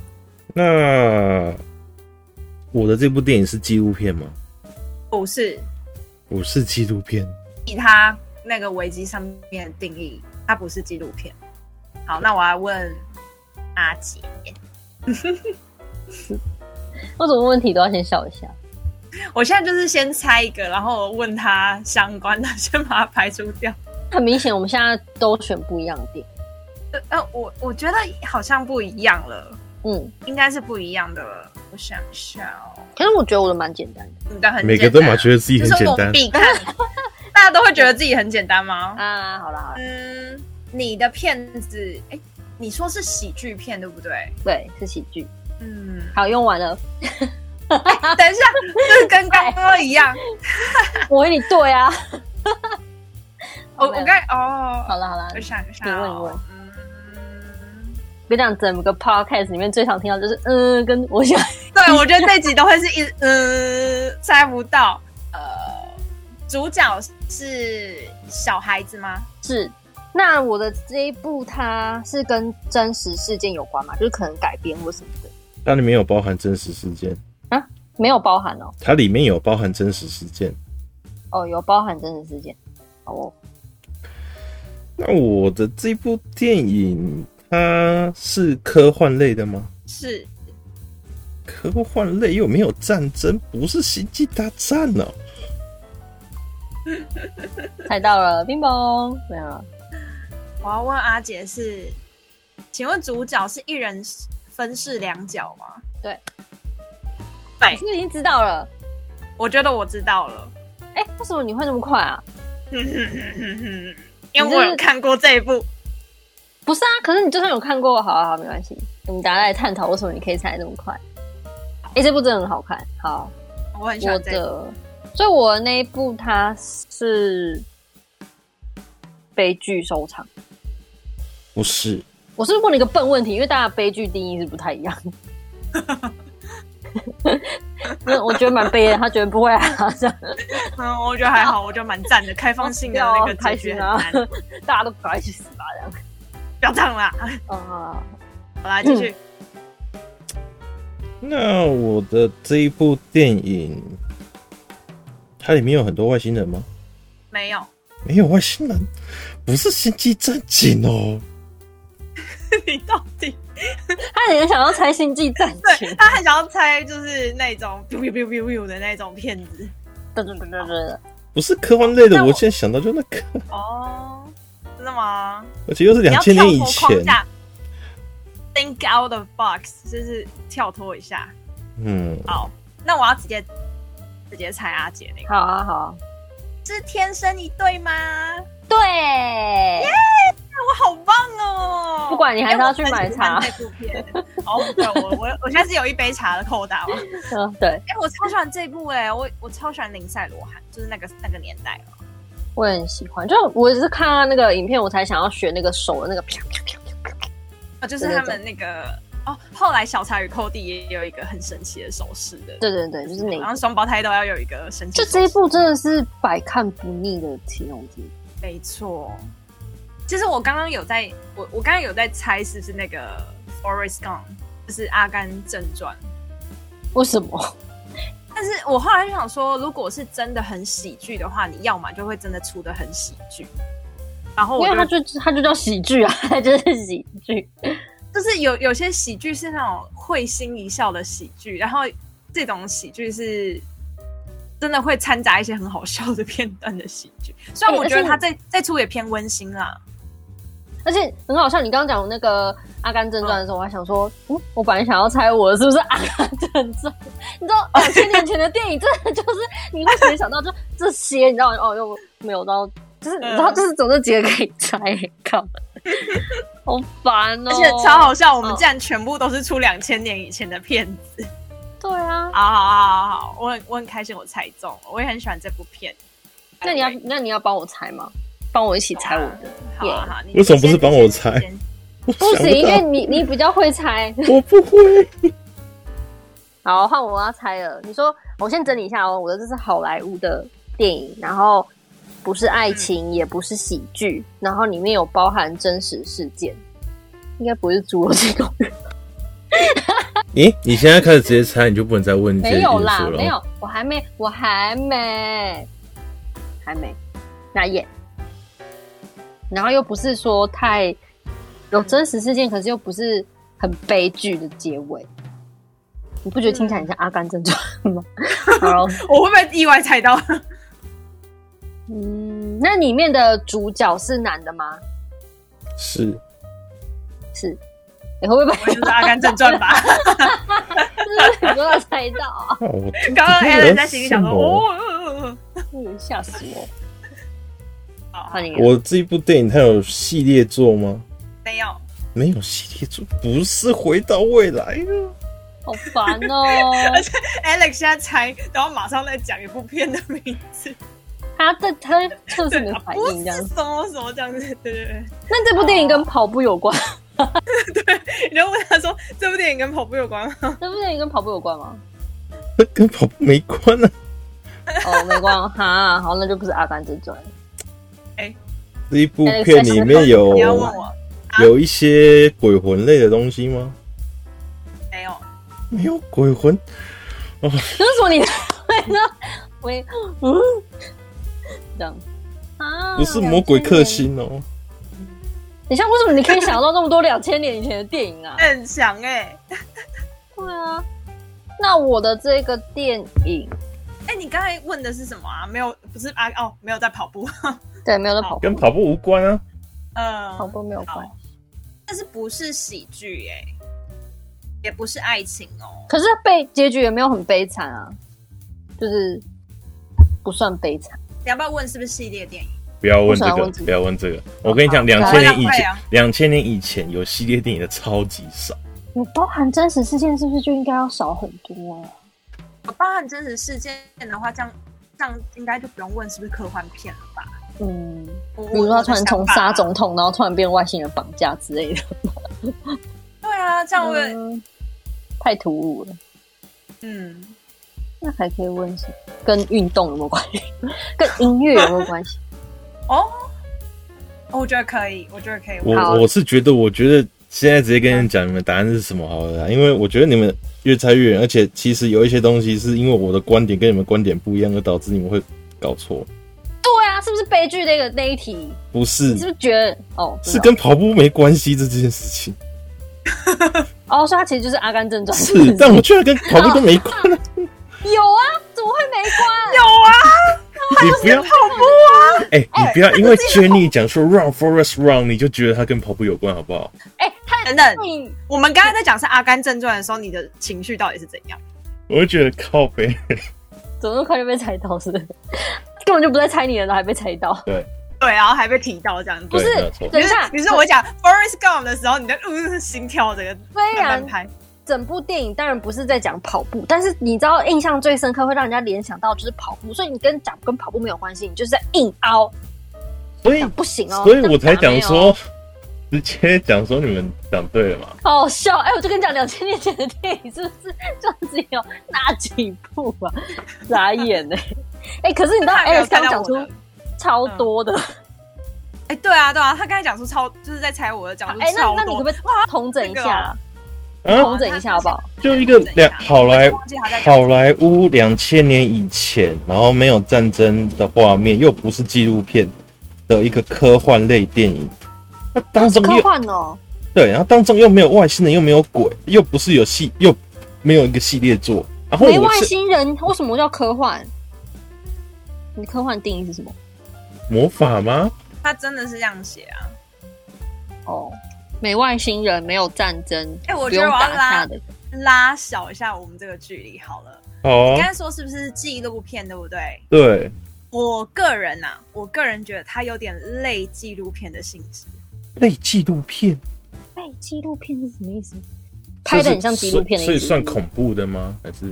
那我的这部电影是纪录片吗？
不是
不是纪录片，
以他那个维基上面的定义，它不是纪录片。好，那我要问阿杰，
我什么问题都要先笑一下。
我现在就是先猜一个，然后问他相关的，先把它排除掉。
很明显，我们现在都选不一样的电影。
呃呃，我我觉得好像不一样了，
嗯，
应该是不一样的了。我想一下哦，
可是我觉得我的蛮简单的
你的很
每个
简
都
单
嘛觉得自己
就
很
是
简
我
单
们。必看， 大家都会觉得自己很简单吗？
啊。好啦好啦，
嗯，你的片子，哎，你说是喜剧片对不对？
对，是喜剧。
嗯，
好，用完了，
等一下，就是跟刚刚一样，
我问你对啊。
我我刚哦，
好了好了
我，想一下、
你问你
哦，
问
嗯，
别讲整个 podcast 里面最常听到就是嗯，跟我想
对，我觉得这集都会是一 呃猜不到，呃，主角是小孩子吗？
是。那我的这一部它是跟真实事件有关嘛，就是可能改编或什么的，
它里面有包含真实事件，
没有包含哦。
它里面有包含真实事件。
哦，有包含真实事件。好哦，
那我的这部电影它是科幻类的吗？
是
科幻类又没有战争，不是星际大战哦。
猜到了，冰崩啊没有了。
我要问阿杰是，请问主角是一人分饰两角吗？
对，
对
你是，不是已经知道了？
我觉得我知道 了，
哎、为什么你会那么快啊？
因为我有看过这一部。
不是啊，可是你就算有看过，好啊，好，没关系。我们大家来探讨为什么你可以猜那么快。哎、这部真的很好看。好，
我很喜
我
欢这一部
的，所以我那一部它是悲剧收场。
不是，
我是问了一个笨问题，因为大家悲剧定义是不太 一样。那我觉得蛮悲的，他觉得不会啊，这样
嗯，我觉得还好，我觉得蛮赞的，开放性的那个解决很 难，
对啊开心大家都赶快去死吧，这样。
不要唱啦。哦
啊、
好啦，继续。
那我的这一部电影，它里面有很多外星人吗？
没有，
没有外星人，不是星际战警哦。
你到底
他也想要猜星际 战
对
群，
他很想要猜，就是那种 biu biu biu biu 的那种片子。
对对对对对，
不是科幻类
那
的，
我
我现在想到就那个，
哦，真的吗？
而且又是
你
两
要
千
跳
年以
脱框
前。
架，think out of box，就是跳脱一下。
嗯，
好，那我要直接直接猜阿杰那个，
好啊好啊，
是天生一对吗？
对
我好棒哦！哎
不管你还是要去买茶
因为我很喜欢这部片。哦，对，我我我现在是有一杯茶的扣打哦。
嗯对，
哎、我超喜欢这一部哎、我我超喜欢林赛罗韩，就是那个那个年代哦。
我也很喜欢，就我只是看他那个影片，我才想要学那个手的那个啪啪啪啪啪啪，
啊，就是他们那个哦，后来小茶与寇弟也有一个很神奇的手势的，
对对对，就是那
然
个，
后双胞胎都要有一个神奇
就
的
这
手
一
势，
部真的是百看不腻的形容词。
没错。其实我刚刚有在，我我刚刚有在猜是不是那个 Forest Gump，就是《阿甘正传》。
为什么？
但是我后来就想说，如果是真的很喜剧的话，你要么就会真的出的很喜剧，然后
因
我就
为它就它就叫喜剧啊，它就是喜剧。
就是有有些喜剧是那种会心一笑的喜剧，然后这种喜剧是真的会掺杂一些很好笑的片段的喜剧。虽然
哎
我觉得
而且
他这、这出也偏温馨啦，
而且很好笑，你刚刚讲那个《阿甘正传》的时候，我还想说，嗯，我本来想要猜我是不是《 阿甘正传》，你知道两千年前的电影， 真的就是你会谁想到就这些，你知道哦，又没有到，就是你知道，就是总这几个可以猜， 靠，好烦哦，
而且超好笑。我们
嗯
竟然全部都是出两千年以前的片子，
对啊。
好好好好好，我很我很开心我猜中了，我也很喜欢这部片。
那你要那你要帮我猜吗？帮我一起猜我的，
好啊好啊，你
为什么不是
先
帮我
你先
猜
你先
不
想
行，因为
到
你你比较会猜。
我不会。
好，换我要猜了。你说，我先整理一下哦。我的这是好莱坞的电影，然后不是爱情，也不是喜剧，然后里面有包含真实事件，应该不是《侏罗纪公园》
咦，你现在开始直接猜，你就不能再问这些
没
因素
有啦，
了。
没有，我还没，我还没，还没，那也，然后又不是说太有真实事件，可是又不是很悲剧的结尾，你不觉得听起来很像《阿甘正传》吗？ 好，
我会不会意外猜 到？
嗯，那里面的主角是男的吗？
是
是，你、会不
我
会
就是《阿甘正传》吧。
把不要猜到啊？
哦，我
刚刚 Alan 在心里想说，哦，哦
嗯，吓死我！
哦哦
好，你
我这一部电影它有系列作吗？
没有，
没有系列作，不是回到未来啊。
好烦哦、
Alex 现在猜，然后马上再讲一部片的名字，
他在他在测试
对
你的
啊，
反
不
应
是
这样
什
子。
么什么这样子，对对对。
那这部电影跟跑步有关？
你就问他说，这部电影跟跑步有关
哦
吗？
这部电影跟跑步有关 吗？
那跟跑步没关啊！
哦，没关系哈，好，那就不是《阿甘正传》。
这一部片里面
哎
有
你要问我，啊
有一些鬼魂类的东西吗？
没有，
没有鬼魂，
这是什么你？喂，嗯，这样啊？
不是魔鬼克星哦。
2000年。等一下，为什么你可以想到那么多两千年以前的电影啊？
很强哎、
对啊，那我的这个电影，
哎、你刚才问的是什么啊？没有，不是啊，哦，没有在跑步，
对，没有在跑步
跟，跑步无关啊。
嗯，
跑步没有关
好。但是不是喜剧哎、也不是爱情哦，
可是被结局也没有很悲惨啊，就是不算悲惨。
你要不要问是不是系列电影？
不要问这
不想啊
个
问这，个
不要问这个。我跟你讲，
好
两千年以
快
前
啊，
两千年以前有系列电影的超级少。
你包含真实事件是不是就应该要少很多啊？
我包含真实事件的话，这样这样应该就不用问是不是科幻片了吧？
嗯，
我
比如说
我
他
的
突然
想
从
法啊
杀总统，然后突然变外星人绑架之 类的，
对啊，这样问，
嗯太突兀了。
嗯，
那还可以问什么？跟运动有没有关系？跟音乐有没有 关系？
哦，哦我觉得可以，我觉得可以，
我
好
我是觉得，我觉得现在直接跟你们讲你们答案是什么好了啦，因为我觉得你们越猜越远，而且其实有一些东西是因为我的观点跟你们观点不一样，而导致你们会搞错。
对啊，是不是悲剧那个那一题？
不是
你是，不是觉得哦？
是
不知道
跟跑步没关系这件事情。
哦，所以它其实就是《阿甘正传》
是，但我居然跟跑步都没关啊！
有啊，怎么会没关？
有啊，
你不要跑步啊！哎，你不要因为 Jenny 讲说 Run Forest Run，你就觉得它跟跑步有关，好不好？
哎、他
等等，
你
我们刚才在讲是《阿甘正传》的时候，你的情绪到底是怎样？
我就觉得靠背。
怎么那么快就被猜到是不是？ 根本就不在猜你了，然后还被猜到。
对，
对，然后还被提到这样子。
不是
对没有错
等一下，
你是我讲 Forest Gump 的时候，你的嗯心跳这个
虽
慢
然
慢拍，
整部电影当然不是在讲跑步，但是你知道印象最深刻会让人家联想到就是跑步，所以你跟讲跟跑步没有关系，你就是在硬凹，
所以
讲不行哦。
所以我才
这
讲
样打没有哦
说，直接讲说你们讲对了嘛。
好好笑。哎、我就跟你讲，两千年前的电影是不是就只有那几部啊？ 傻眼呢、哎、可是你知道
他还没有
Alex 刚
猜到我
讲
嗯
出
的
超多的，
哎，对啊，对啊，他刚才讲出超，就是在猜我的讲出
哎、那
超
那你
多
可不。可以统整一
这个
下
啊？
啊，
统整一下好不好？
就一个两好莱
忘记他在讲
哎好莱坞两千年以前，然后没有战争的画面，又不是纪录片的一个科幻类电影。那当中
科
又
幻哦，
对，然后当中又没有外星人，又没有鬼，又不是有系，又没有一个系列作。然后
没
我
外
是
星人，为什么叫科幻？你科幻定义是什么？
魔法吗？
他真的是这样写啊！
哦，没外星人，没有战争，
哎我
不
觉得
用
我要
打架
拉
的。
拉小一下我们这个距离好了。
哦
你，刚才说是不是纪录片，对不对？
对，
我个人呐、啊，我个人觉得它有点类纪录片的性质。
类纪录片，
哎，纪录片是什么意思？拍的很像纪录片的
所
意
以
思。
算恐怖的吗？还是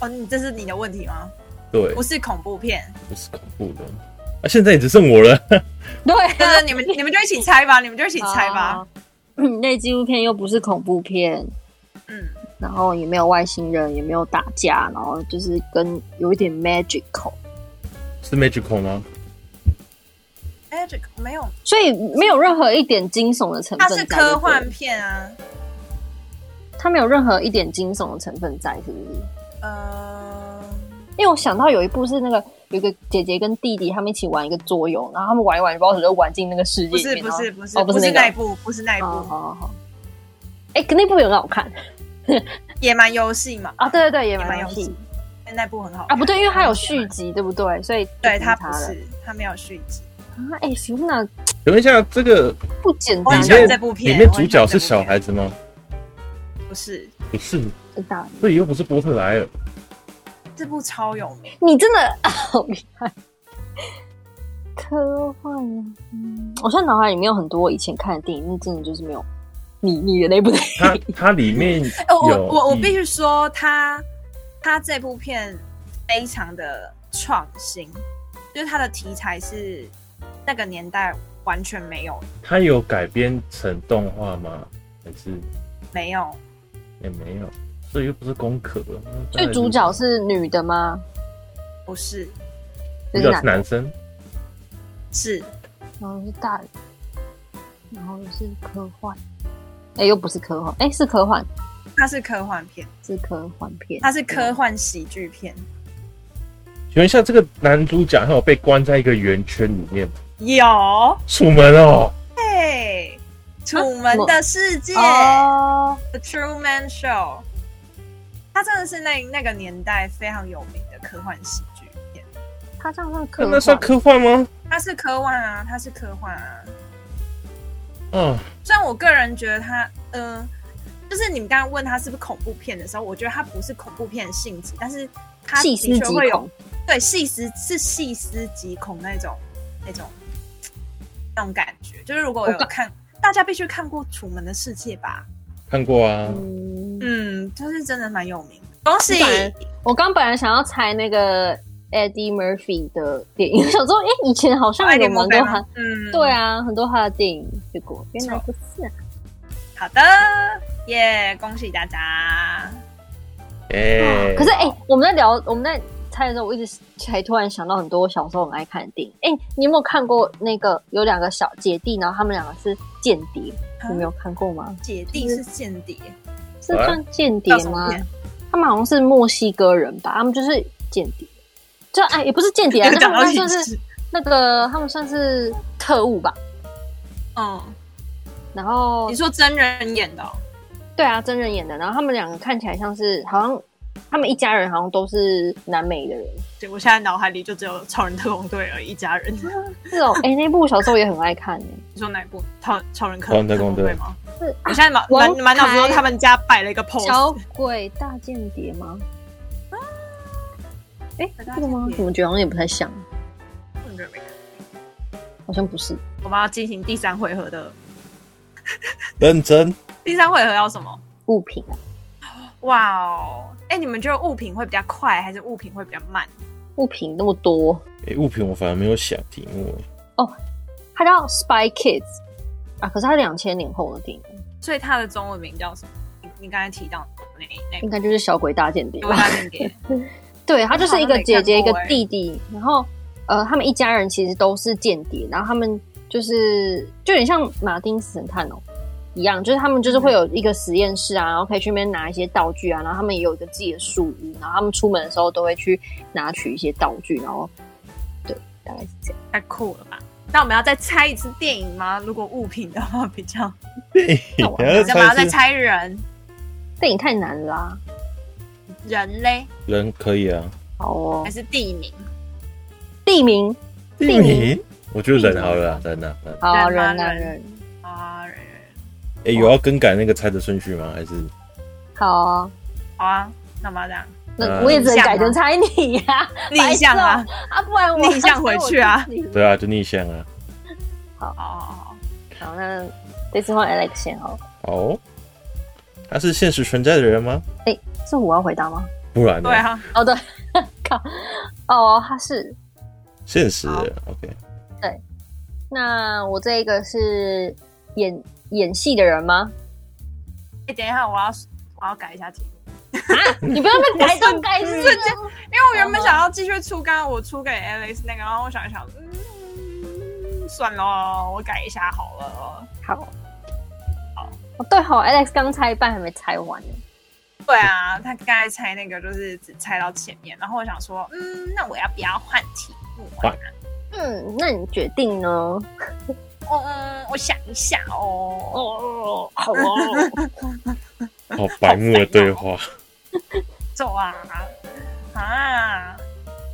哦，你这是你的问题吗？
对，
不是恐怖片，
不是恐怖的。啊，现在也只剩我了。
对啊，
对对，你们你们就一起猜吧，你们就一起猜吧。
啊。嗯类纪录片又不是恐怖片，
嗯，
然后也没有外星人，也没有打架，然后就是跟有一点 magical，
是 magical 吗？
哎，这个没有，
所以没有任何一点惊悚的成分
它
在。
是科幻片啊。
它没有任何一点惊悚的成分在，是不是？
呃，
因为我想到有一部是那个有一个姐姐跟弟弟他们一起玩一个桌游，然后他们玩一玩，不知道怎么就玩进那个世界
不
里
是
面。
不是不是
哦不是那个
那一部，不是那一
然后，哦
部
好好好。哎、可那部也很好看
野蛮游戏嘛，
啊！对对对，也
哦野
蛮
蛮
有
游
戏
戏，那部很好
啊。不对，因为它有
野
续
蛮
集，对不对？所以就
对
不
它
它
不
了
是它没有续集。
啊！哎、f i o n a
请问一下，这个
不简
我
单
很
里
喜欢
面
这部片
里面主角是小孩子吗？
不是
不是，
知道。
这里又不是波特莱尔。
这部超有名，
你真的好厉害！科幻，嗯，我现在脑海里面有很多我以前看的电影，那真的就是没有你你的那部电影。
它它里面
哎，我
有嗯
我我
一
必须说，他他这部片非常的创新，就是他的题材是那个年代完全没有
它有改编成动画吗？还是
没有
也没有？这又不是功课了。
所以主角是女的吗？
不是
主角
就
是
是男的，
男生，
是
然后是大人，然后是科幻，哎、又不是科幻，哎、是科幻，
它是科幻片，
是科幻片。
它是科幻喜剧片，
请问一下，这个男主角他有被关在一个圆圈里面吗
有
楚门哦，
嘿，《楚门的世界》
哦，
The Truman Show》，它真的是那那个年代非常有名的科幻喜剧片。
它这样算科
那
幻？
那算科幻吗？
它是科幻啊，它是科幻啊。
嗯，
虽然我个人觉得它，嗯、就是你们刚刚问它是不是恐怖片的时候，我觉得它不是恐怖片的性质，但是它的
细思
确
极
会有
恐。
对细思是细思极恐那种那种那种感觉。就是如果有
我感
看，大家必须看过《楚门的世界》吧？
看过啊。
嗯，
嗯，就是真的蛮有名的。恭喜
是感我刚本来想要猜那个 Eddie Murphy 的电影， 想说，哎、以前好像
爱丽
有
摩
蛮
哦菲
多
吗
他，？
嗯，
对。啊，很多他的电影，结果原来不是、啊。
好的，耶、恭喜大家！
哎，
可是哎、我们在聊我们在猜的时候，我一直才突然想到很多我小时候很爱看的电影。哎、你有没有看过那个有两个小姐弟，然后他们两个是间谍？
啊
你没有看过吗？
姐弟是间 谍，
是算间谍
叫什么
吗？
片？
他们好像是墨西哥人吧？他们就是间谍，就哎、也不是间 谍啊，
有
那他
讲到
们
一
算是
起，
那个他们算是特务吧？
嗯，
然后
你说真人演的、哦，
对啊，真人演的。然后他们两个看起来像是，好像他们一家人好像都是南美的人。
对我现在脑海里就只有超人特工队而已一家人。
是哦，哎、那部我小时候也很爱看呢、
你说哪一部？超超人特
超人特工队
队吗？
是
我现在满
王
满满脑子都
牌
他们家摆了一个
小
pose，
鬼大间谍吗？
小鬼大间谍
哎、这个吗？怎么觉得好像也不太像？
我觉得没看
好像不是。
我们要进行第三回合的，
认真，
第三回合要什么？
物品啊，
哇哦！哎，你们觉得物品会比较快，还是物品会比较慢？
物品那么多，
哎，物品我反而没有想题目，
它叫《Spy Kids》啊，可是它两千年后的电影，
所以它的中文名叫什么？你你刚才提到那那
应
个
该就是《小鬼大间谍》吧？
大间谍，
对，他就是一个姐姐一
我好像没看
个
过欸
弟弟，然后呃，他们一家人其实都是间谍，然后他们就是就有点像马丁斯坦哦一样，就是他们就是
嗯
会有一个实验室啊，然后可以去那边拿一些道具啊，然后他们也有一个自己的树屋，然后他们出门的时候都会去拿取一些道具，然后对，大概是这样。
太酷了吧！那我们要再猜一次电影吗？如果物品的话比较，
那我
你 要
干嘛要再
猜是
猜人？
电影太难啦、
人嘞，
人可以啊。
好哦
还，是地名？
地名
地名，我觉得人好了啦，人啊，人
人啊
好人啊
人
人，
啊，人人
哎，有要更改那个猜的顺序吗？还是
好啊，
好啊，那么这样
那
嗯
我也只能
逆向
改
吗
成猜你呀、
逆向啊，
啊，不然我
逆向回去啊
我自己
对啊，就逆向啊。
好好好，
好，那这次换 Alex 先好了。
哦，他是现实存在的人吗？
哎、是我要回答吗？
不然呢
对？啊，
哦，对， 靠，哦，他是。
现实
好
的，OK，
那我这个是演演戏的人吗？
哎、等一下，我要我要改一下题目，
啊 你不要被改动改
我
字
瞬间因为我原本想要继续出刚刚我出给 Alex 那个，然后我想一想，哦嗯，算了，我改一下好了。
好，哦，对好、Alex 刚猜一半还没猜完呢。
对啊，他刚才猜那个就是只猜到前面，然后我想说，嗯，那我要不要换题目啊？
嗯，那你决定呢？
嗯，我想一下哦。
哦，好哦。
好白目的对话，
啊
走啊啊！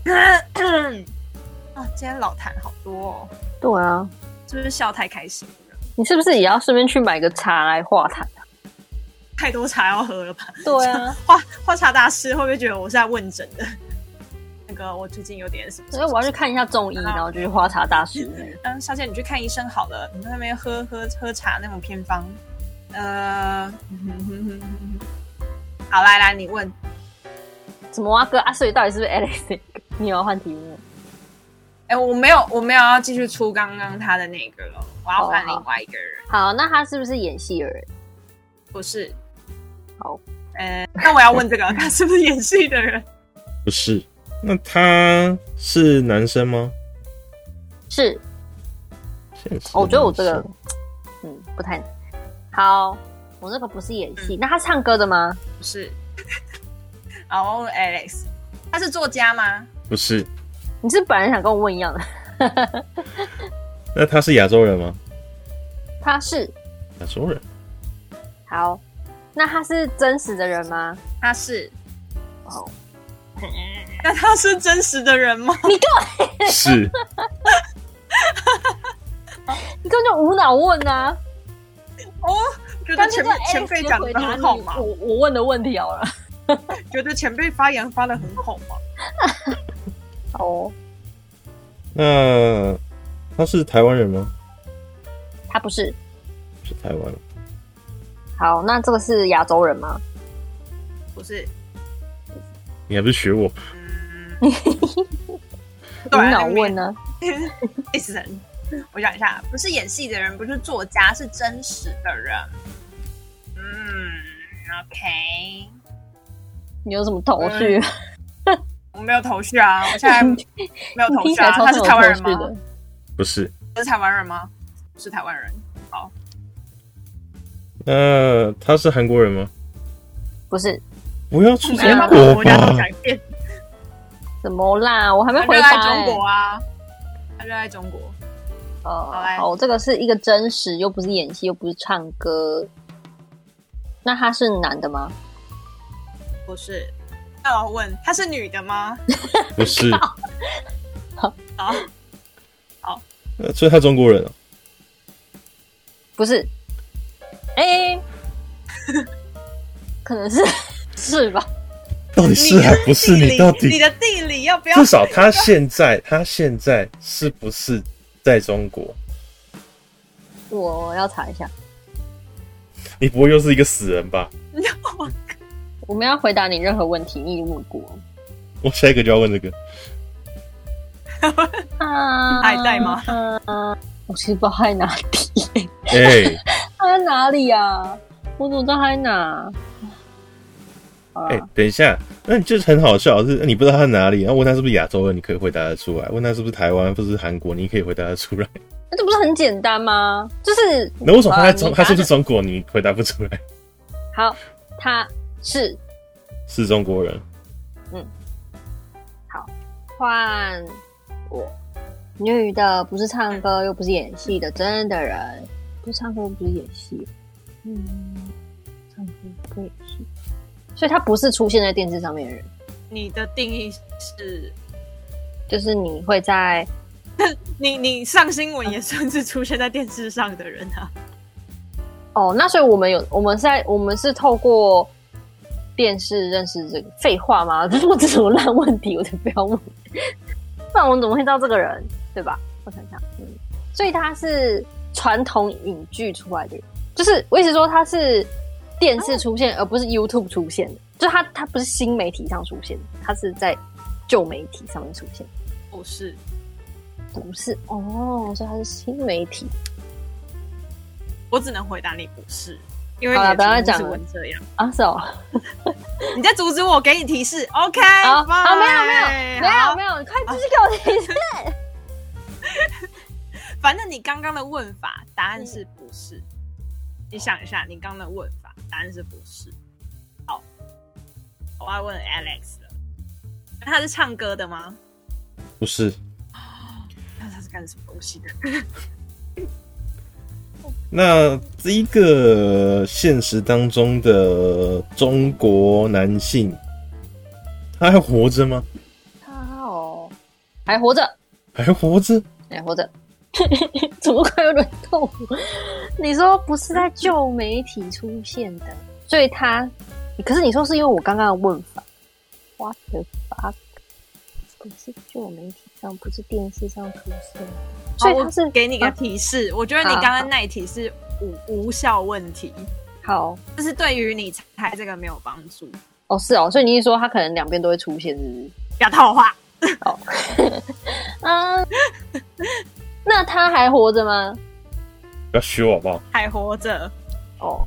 啊，今天老痰好多哦，
对啊，
是不是笑太开心了？
你是不是也要顺便去买个茶来化痰？
太多茶要喝了吧？
对啊，
花花茶大师会不会觉得我是在问诊的？ 那个，我最近有点什么？
所以我要去看一下 中医，然后就去花茶大师那里。
嗯，小姐，你去看医生好了。你在那边喝喝喝茶那种偏方，呃，嗯好，来来，你问，
什么啊哥啊？所以到底是不是 Alex？你有要换题目？
哎、我没有，我没有要继续出刚刚他的那个了，我要
哦
换另外一个人，
好，那他是不是演戏的人？
不是，
好，
呃，那我要问这个， 他是不是演戏的人？
不是？那他是男生吗？
是，
现实
哦我觉得我这个
男生，
嗯，不太好。我那个不是演
嗯
戏，那他唱歌的吗？
不是，好，我问 Alex，他是作家吗？
不是？
你是本来想跟我问一样的，
那他是亚洲人吗？
他是
亚洲 人，
好，那他是真实的人吗？
他是，
哦，
那他是真实的人吗？
是
你根本就无脑问啊！
哦， 觉得
干脆
前辈前
叫 Alex
辈
先
讲
回
的
答
很
你
好嘛
我，我问的问题好了。
觉得前辈发言发的很好嘛。
好哦，
那他是台湾人吗？
他不是。
不是台湾，
好，那这个是亚洲人吗？
不 是，
你还不是学我？
嗯，
无
对啊
脑问呢？
一直很我想一下，不是演戏的人，不是作家，是真实的人。嗯，OK，
你有什么头绪？
嗯我没有头绪啊，我现在没有头
听
绪
起来
啊。
超
他是
像有
台湾人
头绪
吗？
的。
不是。
他是台湾人吗？不是台湾人。好，
那他是韩国人吗？
不是
不要去
每
中
个
国
国家都
吧
讲！一遍。
什么啦？我还没
他
回
热
答、
爱
欸。
中国啊，他热爱中国。好啊
呃，
来
好，这个是一个真实，又不是演戏，又不是唱歌。那他是男的吗？
不是，那我问，她是女的吗？
不是，
好，
呃所以他中国人啊？
不是。哎、可能是是吧？
到底是还不是？
地
你
理
到
你
底
的地理要不要
至？少他现在他现在是不是在中国？
我要查一下。
你不会又是一个死人吧？
我们要回答你任何问题，你已经问过
我下一个就要问这个，
啊？
爱戴吗？
我其实不知道他在哪里，
哎、
他在哪里啊？我怎么知道他在哪？好啦
哎、等一下，那你就是很好笑，是你不知道他哪里，然后问他是不是亚洲人，你可以回答得出来；问他是不是台湾，不是韩国，你可以回答得出来。
那这不是很简单吗？就是
那为什么他在
好啦
中，
你
他
答
是不是中国？你回答不出来，
好？他是
是中国人。
换我女的，不是唱歌又不是演戏的，真的人不是唱歌又不是演戏，嗯，唱歌不演戏，所以他不是出现在电视上面的人，
你的定义是，
就是你会在
你你上新闻也算是出现在电视上的人啊。
哦，那所以我们有我们是在我们是透过电视认识这个废话吗？ 这是我这种烂问题，我就不要问， 不然我怎么会知道这个人对吧？我想想，嗯，所以他是传统影剧出来的人，就是我意思说他是电视出现，而不是 YouTube 出现的，就是他他不是新媒体上出现的，他是在旧媒体上面出现的。
不是，
不是哦，所以他是新媒体。
我只能回答你不是，因为
好
你
啦
的
不要再
题目
讲
是
了
问这样。
啊，是哦，
你在阻止我，给你提示。OK，
好好啊没有
没
没有没有，你快继续给我提示。嗯
反正你刚刚的问法答案是不是？你想一下，你刚刚的问法，答案是不是？好，我要问 Alex 了，他是唱歌的吗？
不是。
那他是干什么东西的？
那这一个现实当中的中国男性，他还活着吗？
他哦，还活着，
还活着？
还活着。 怎么快又轮到我？你说不是在旧媒体出现的，所以他，可是你说是因为我刚刚的问法，what the fuck？不是旧媒体上，不是电视上出现，所以
好
他是
我给你个
啊
提示，我觉得你刚刚那一题是无无效问题，
好
就是对于你猜这个没有帮助。
哦，是哦，所以你一说他可能两边都会出现，是不是？
不要套话，
哦，嗯，那他还活着吗？
不要学我好不好？
还活着。
哦，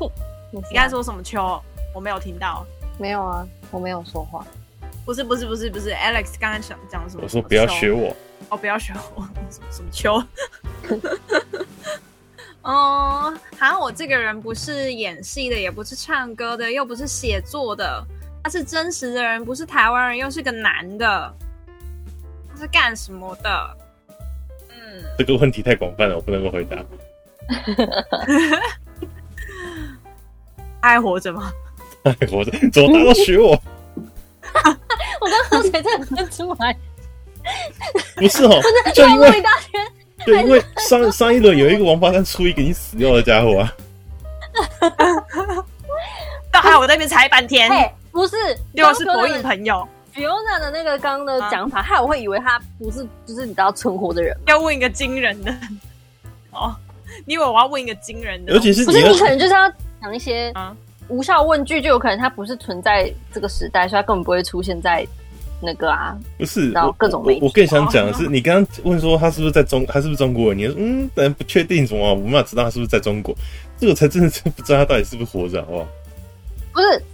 哼，
你刚才说什么秋？我没有听到。
没有啊？我没有说 话。
不是不是不是不是，Alex 刚才想讲什么？
我说不要
秋
学我，
哦，不要学我， 什么什么秋？嗯，好像我这个人不是演戏的，也不是唱歌的，又不是写作的，他是真实的人，不是台湾人，又是个男的，他是干什么的？嗯，
这个问题太广泛了，我不能够回答。
他还活着吗？
他还活着，怎么他都学我？
我刚喝水真的喷出来，
不是哦，就因
绕
为
一大圈。
就因为上上一轮有一个王八蛋出一个已经死掉的家伙啊，
到还我那边猜半天，
哎，不是，
结果是博弈朋友，
Fiona 的那个刚刚的
啊
讲法，害我会以为他不是，就是你知道存活的人，
要问一个惊人的哦。你以为我要问一个惊人的？
尤其是
不
你
是
要
你可能就是要讲一些
啊
无效问句，就有可能他不是存在这个时代，所以他根本不会出现在那个啊。
不是
然后
我
各种
我
媒体
我更想讲的是，你刚刚问说他是不是在中，他是不是中国人？你说嗯，但不确定什么，我没办法知道他是不是在中国，这个才真的是不知道他到底是不是活着，好不好？
不是，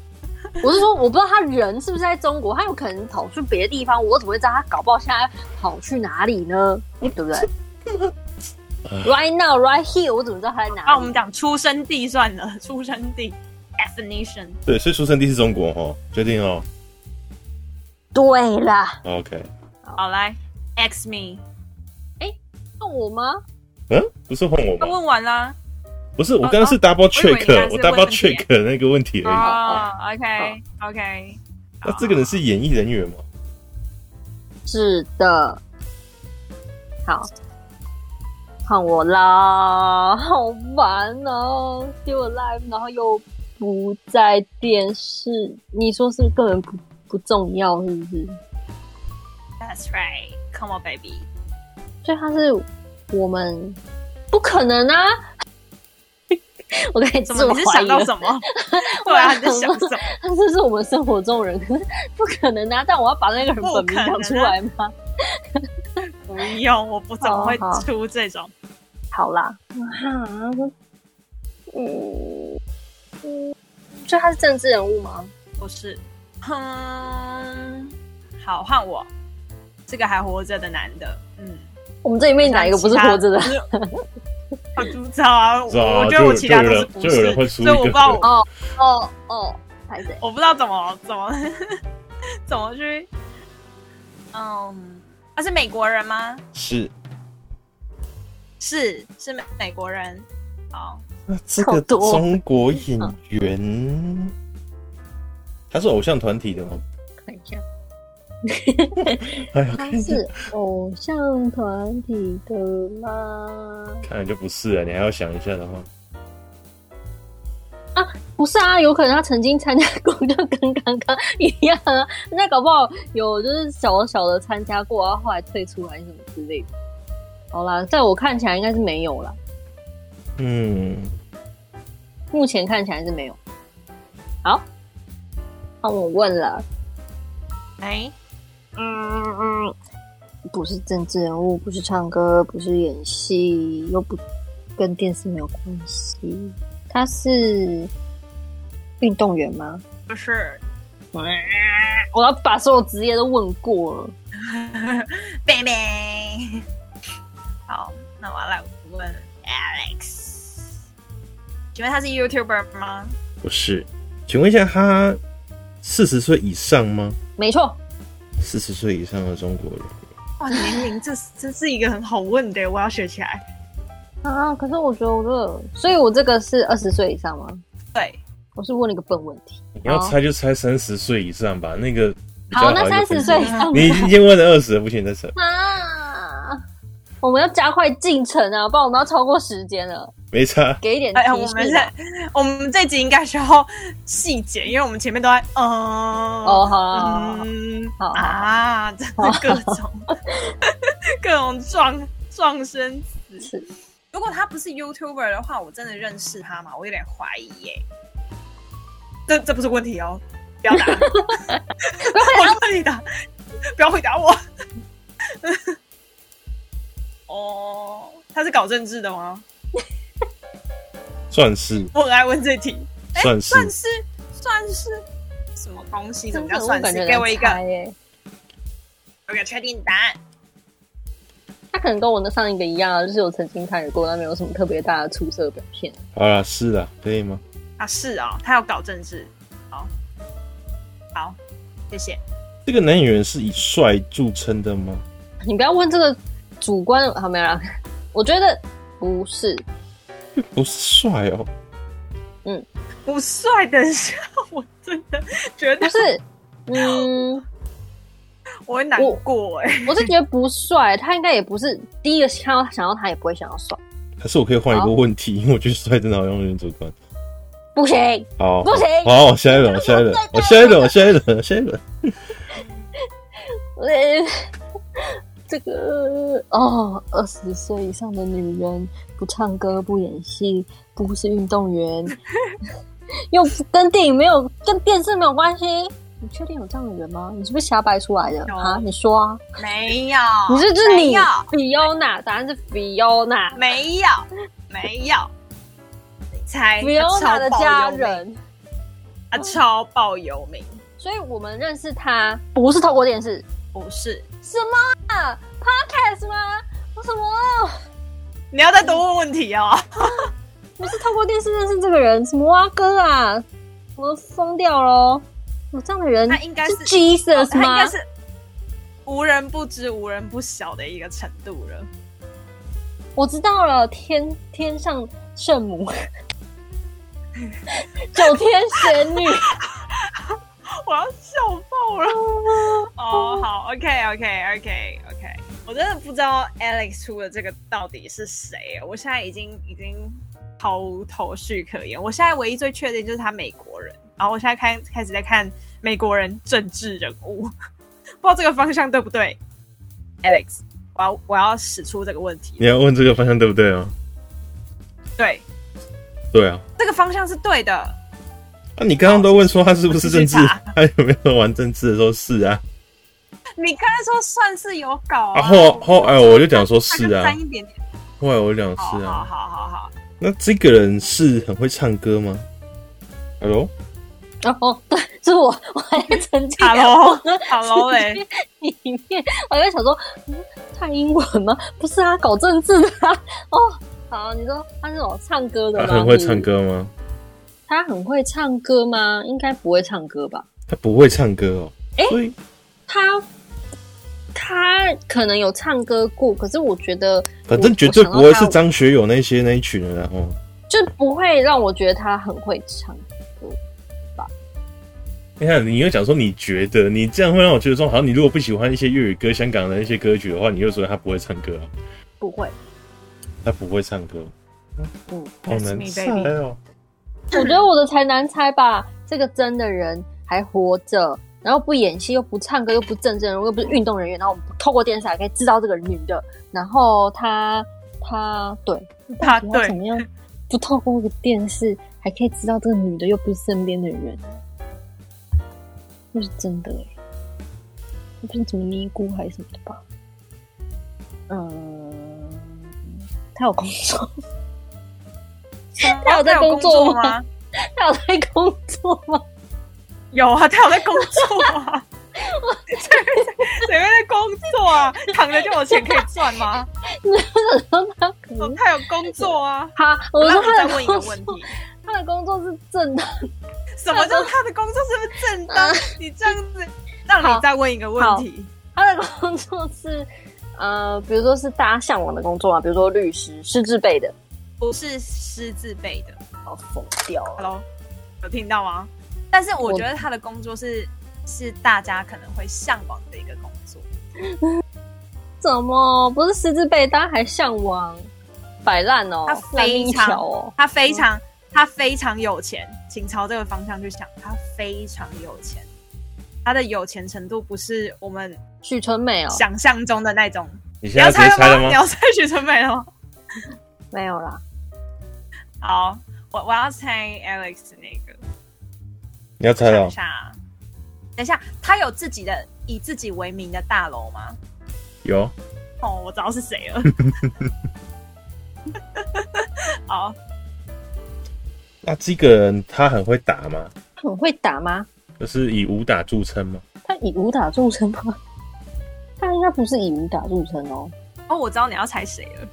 我是说，我不知道他人是不是在中国，他有可能跑去别的地方，我怎么会知道他搞不好现在跑去哪里呢？对不对？Right 呃 now, right here，我怎么知道他在哪里？
那、啊我们讲出生地算了，出生地 definition。
对，所以出生地是中国哦，决定哦。
对啦，
OK，
好来，X me。
那我吗？
嗯，不是换我
他
吗？
问完啦。
不是，我刚刚是 double
我以为你
check，、
刚刚是
我 double
问题
check 那个问题而已。
哦，OK OK。
那、这个人是演艺人员吗？
是的。好，换我啦， 好烦哦、丢了 live，然后又不在电视，你说是不是根本不不重要，是不是？
That's right. Come on, baby.
所以他是我们不可能啊！ 我刚才
怎
自
么？
我
你是
怀
想
疑
到
了，
什么？对啊，你在想什么？
他是不是我们生活中人？ 可是不可能啊！但我要把那个人本名讲出来吗？
不用，我不怎么会
好好
出这种。
好啦，啊，嗯嗯，所以他是政治人物吗？
不是，嗯，好，换我。这个还活着的男的，嗯，
我们这里面哪一个不是活着的？
我不知道 啊，我
知道啊
我觉得我其他
就
都
有
是
人
不
就有人会
是，
出一
所以我不
个
知道我
哦哦哦，还是
我不知道怎么怎么 怎么去，嗯，他是美国人吗？
是。
是是美美国人。好，
那这
好
个
多
中国演员，他是偶像团体的吗？
看一下，
哎呀，
他是偶像团体的吗？
看来就不是了，你还要想一下的话，
不是啊，有可能他曾经参加过，就跟刚刚一样啊。那搞不好有就是小小的参加过，然后后来退出来什么之类的。好啦，在我看起来应该是没有啦，
嗯，
目前看起来是没有。好，那我问了，
哎、
嗯嗯，不是政治人物，不是唱歌，不是演戏，又不跟电视没有关系，他是运动员吗？嗯
不是
我要把所有职业都问过了。
，baby。好，那我要来问 Alex，请问他是 YouTuber 吗？
不是，请问一下，他四十岁以上吗？
没错，
四十岁以上的中国人，
哇，年龄这这是一个很好问的，我要学起来。
啊，可是我觉得我这，所以我这个是二十岁以上吗？
对，
我是问了一个笨问题。
你要猜就猜三十岁以上吧。那个比较
好，那
一
三
个
十
分
岁
数
以上
你已经先问了二十了，不行再猜。
啊，我们要加快进程啊，不然我们要超过时间了。
没差，
给一点提
哎
示
呀，
吧。
我们在我们这集应该需要细节，因为我们前面都在嗯
哦，
哦
好啊，好啊
嗯
好好好
啊，这各种 各种撞撞声词。
是
如果他不是 YouTuber 的话，我真的认识他吗？我有点怀疑耶。这这不是问题哦，不 要答，不要回答，不要回答我。 哦，他是搞政治的吗？
算是
我很爱问这题，哎
算是
算是算是什么东西？什么叫算
真的
是？
我感觉
给我一个
难猜耶
我给确定答案。
他可能跟我的上一个一样啊，就是我曾经看过，但没有什么特别大的出色表现。
好啦，是啦，可以吗？
啊，是哦，他要搞政治。好，好，谢谢。
这个男演员是以帅著称的吗？
你不要问这个主观，好没有啦。我觉得不是，
不是帅哦，
不帅，等一下，我真的觉
不
得
是，嗯，
我会难过哎、
我是觉得不帅，他应该也不是第一个看到想到他，也不会想要帅，
还是我可以换一个问题？因为我觉得帅真的好像有点主观。
不行，
好，
不行
好，下一轮， 我下一轮，我下一轮，我下一轮，我下一轮。
呃， 这个哦，二十岁以上的女人不唱歌、不演戏、不是运动员， 又跟电影没有、跟电视没有关系。你确定有这样的人吗？你是不是瞎掰出来的
有
啊？你说啊，
没有，
你是就是
没
你
有，
Fiona，答案是 Fiona，
没有，没有。你猜他
Fiona
哎超
的
爆有名，
家人，
他超爆有名，
所以我们认识他不是透过电视
不是？
啊，Podcast 吗？为什么？
你要再多问问题哦。
不是透过电视认识这个人，什么蛙哥啊，我都疯掉喽！我这样的人，
他应该
是
是哦
Jesus
他应
吗
该？是无人不知、无人不晓的一个程度了。
我知道了，天天上圣母， 九天玄女，
我要笑爆了！ 哦，好，OK，OK，OK，OK，、我真的不知道 Alex 出的这个到底是谁，哦我现在已经已经毫无头绪可言。我现在唯一最确定就是他美国人，然后我现在开开始在看美国人政治人物， 不知道这个方向对不对？Alex，我要我要使出这个问题
你，要问这个方向对不对啊？
对，
对啊。
这个方向是对的，
那、你刚刚都问说他是不是政治
我继续查，
他有没有玩政治的时候是啊？
你刚才说算是有搞
哦
啊
啊后后来我就讲说是
大概
啊
沾，一点点，
后来我就讲
好
是
哦
好好
啊。
好 好。
那这个人是很会唱歌吗？Hello，
哦哦，对，是我，我还在沉浸
哈喽，哈 喽
在
嘞，
里面，我还在想说，嗯，蔡英文吗？不是啊，搞政治的啊。哦，好，你说他是我唱歌的
他
吗？
很会唱，歌吗？
他很会唱歌吗？应该不会唱歌吧？
他不会唱歌哦，
诶
所以
他他可能有唱歌过，可是我觉得我，
反正绝对
我想
不
到
会
他
是，张学友那些那一群人啊。哦，
就不会让我觉得他很会唱。
你看，你又讲说你觉得，你这样会让我觉得说，好像你如果不喜欢一些粤语歌、香港的那些歌曲的话，你又说他不会唱歌啊，
不会，
他不会唱歌，
嗯，
好
That's
难
me,
猜
baby
哦。
我觉得我的才难猜吧。这个真的人还活着，然后不演戏，又不唱歌，又不正正人物，又不是运动人员，然后我们透过电视还可以知道这个女的。然后她她对
他
你
啊
要
对
怎，么样？不透过个电视还可以知道这个女的又不是身边的人，那是真的哎、欸，那不是什么尼姑还是什么的吧？
呃
嗯，他有工作， 他有在工作吗
吗？
他有在工作吗？
有啊，他有在工作啊。 谁会在工作啊？躺着就有钱可以赚吗？
然后他
哦，他有工作啊。
他，嗯我
那
说
我
他
再
的
问一个
工
问
作，
题，
他的工作是正当。
什么叫他的工作是不是正 当？你这样子，让你再问一个问题。
他的工作是呃，比如说是大家向往的工作啊，比如说律师是自备的，
不是师字辈的
好疯掉了。
，Hello，有听到吗？但是我
我
觉得他的工作是是大家可能会向往的一个工作，
怎么不是师资辈，大家还向往摆烂哦
他，
烂命
非
一
常
条哦。
嗯
他非常、他非常有钱，请朝这个方向去想，他非常有钱，他的有钱程度不是我们
许纯美哦，
想象中的那种。
你现
你要
在直接
猜
猜
了
了
你
吗？
要猜许纯美了吗？
没有啦，
好，我我要猜 Alex 的那个。
你要猜
想
了
一，下啊，等一下，他有自己的以自己为名的大楼吗？
有
哦，我知道是谁了。好，
那这个人他很会打吗？
很会打吗？
就是以武打著称吗？
他以武打著称吗？ 他应该不是以武打著称哦。
哦，我知道你要猜谁了。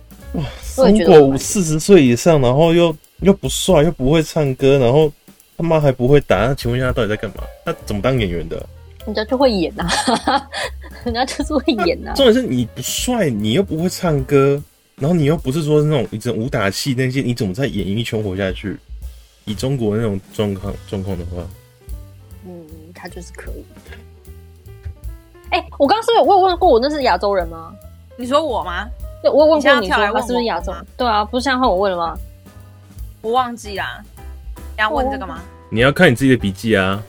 我也觉得
如果四十岁以上，然后又又不帅，又不会唱歌，然后他妈还不会打，那请问一下他到底在干嘛？他怎么当演员的？
人家就会演呐、啊， 人家就是会 演呐、啊。
重点是你不帅，你又不会唱歌，然后你又不是说那种一种武打戏那些，你怎么在演艺圈活下去？以中国那种状况状况的话，
嗯，他就是可以。哎、我刚刚是不是有我有问过我那是亚洲人吗？
你说我吗？
对，我有问
你现在要
过你说
跳来问
他是不是
我
亚洲
吗
人？对啊，不是像换我问了吗？
我忘记啦。你要问这个吗？
你要看你自己的笔记啊。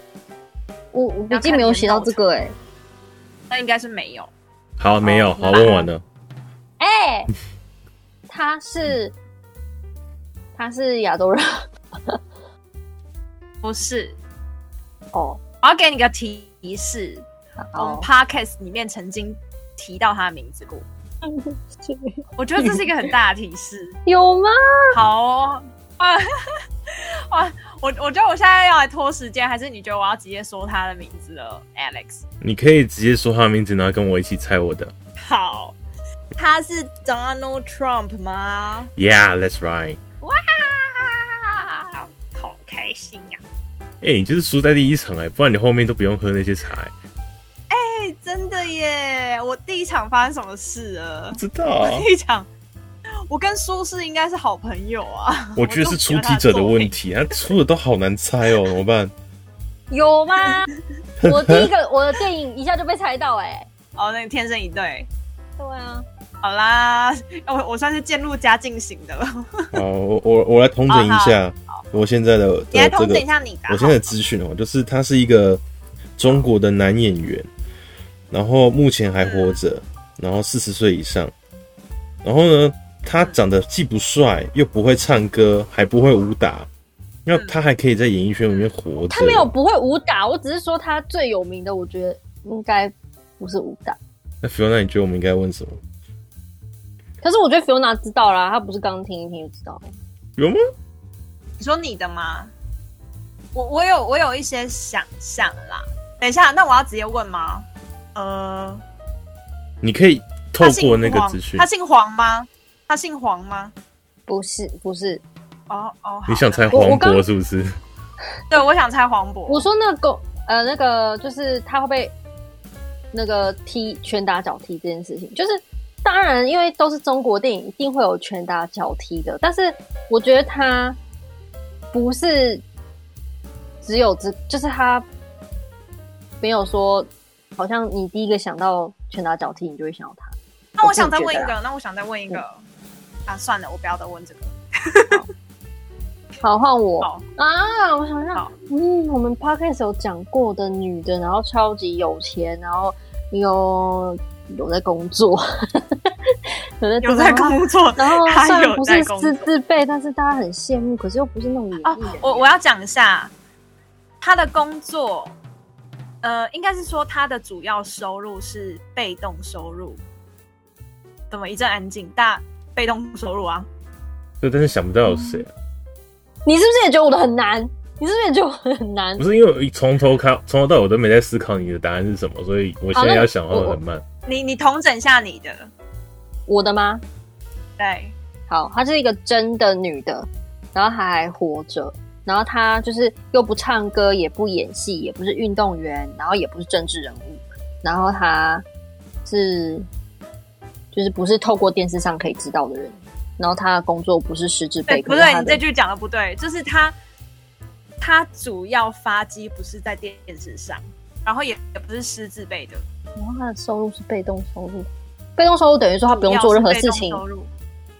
我我笔记没有写到这个哎、
那应该是没有。
好，没有，
哦
好问完了。
哎、他是他是亚洲人
不是，
哦，
我要给你个提示。我们
好，
podcast 里面曾经提到他的名字过，我觉得这是一个很大的提示。
有吗？
好、哦，啊， 哇，我我觉得我现在要来拖时间，还是你觉得我要直接说他的名字了，Alex？
你可以直接说他的名字，然后跟我一起猜我的。
好，他是 Donald Trump 吗？
Yeah，that's right。
啊，好开心呀、
哎、你就是输在第一场哎、不然你后面都不用喝那些茶、欸。
哎、真的耶！我第一场发生什么事了
不？知道啊、
我第一场，我跟苏轼应该是好朋友啊。
我觉得是出题者的问题，他出的都好难猜哦，怎么办？
有吗？ 我第一个我的电影一下就被猜到哎、
哦，那个天生一对，
对啊，
好啦，我我算是渐入佳境型的了。
好，我我我来统整一下我现在的
你来
的
通整
这个
一下你的好
我
了，
现在的资讯哦，就是他是一个中国的男演员，然后目前还活着，然后四十岁以上，然后呢，他长得既不帅又不会唱歌，还不会武打，那他还可以在演艺圈里面活着。
他没有不会武打，我只是说他最有名的，我觉得应该不是武打。
那 Fiona，你觉得我们应该问什么？
可是我觉得 Fiona 知道啦，她不是刚听一听就知道。
有吗？
你说你的吗？我我有我有一些想象啦。等一下，那我要直接问吗？呃，
你可以透
他姓
过那个
黄
资讯
他，姓黄吗？他姓黄吗？
不是不是，
哦哦，好
你想猜
的
我
黄
我刚
渤是不是？
对，我想猜黄渤。
我说那个呃那个就是他会被那个踢拳打脚踢这件事情，就是当然因为都是中国电影，一定会有拳打脚踢的，但是我觉得他不是只有这，就是他没有说好像你第一个想到拳打脚踢，你就会想到他。
那
我
我想
自
再
己觉
问一
得
个，那我想再问一个。啊，算了，我不要再问这个。
好，换我
好
啊！我想
好
想，嗯，我们 podcast 有讲过的女的，然后超级有钱，然后有有在工作，有在
有在
作，
工作，
然后
他
虽然
有
不
在
是
工
自
作。
自备，但是大家很羡慕，可是又不是那种演
哦
艺人，
我我要讲一下他的工作，呃，应该是说他的主要收入是被动收入。怎么一阵安静？大被动收入啊？
对，但是想不到有谁啊、
你是不是也觉得我的很难？你是不是也觉得我的很难
不？是因为我从头开，从头到尾都没在思考你的答案是什么，所以我现在要想的话很慢。
你你统整一下你的，
我的吗？
对，
好，她是一个真的女的，然后她还活着，然后她就是又不唱歌，也不演戏，也不是运动员，然后也不是政治人物，然后她是就是不是透过电视上可以知道的人，然后她的工作不是实质被
对，哎
雇，
不
可是
对，
她
你
的
这句讲的不对，就是他他主要发迹不是在电视上，然后也也不是狮子辈的，
然后他的收入是被动收入，被动收入等于说他不用
主要
做任
是
何
被
事
动
情，
收入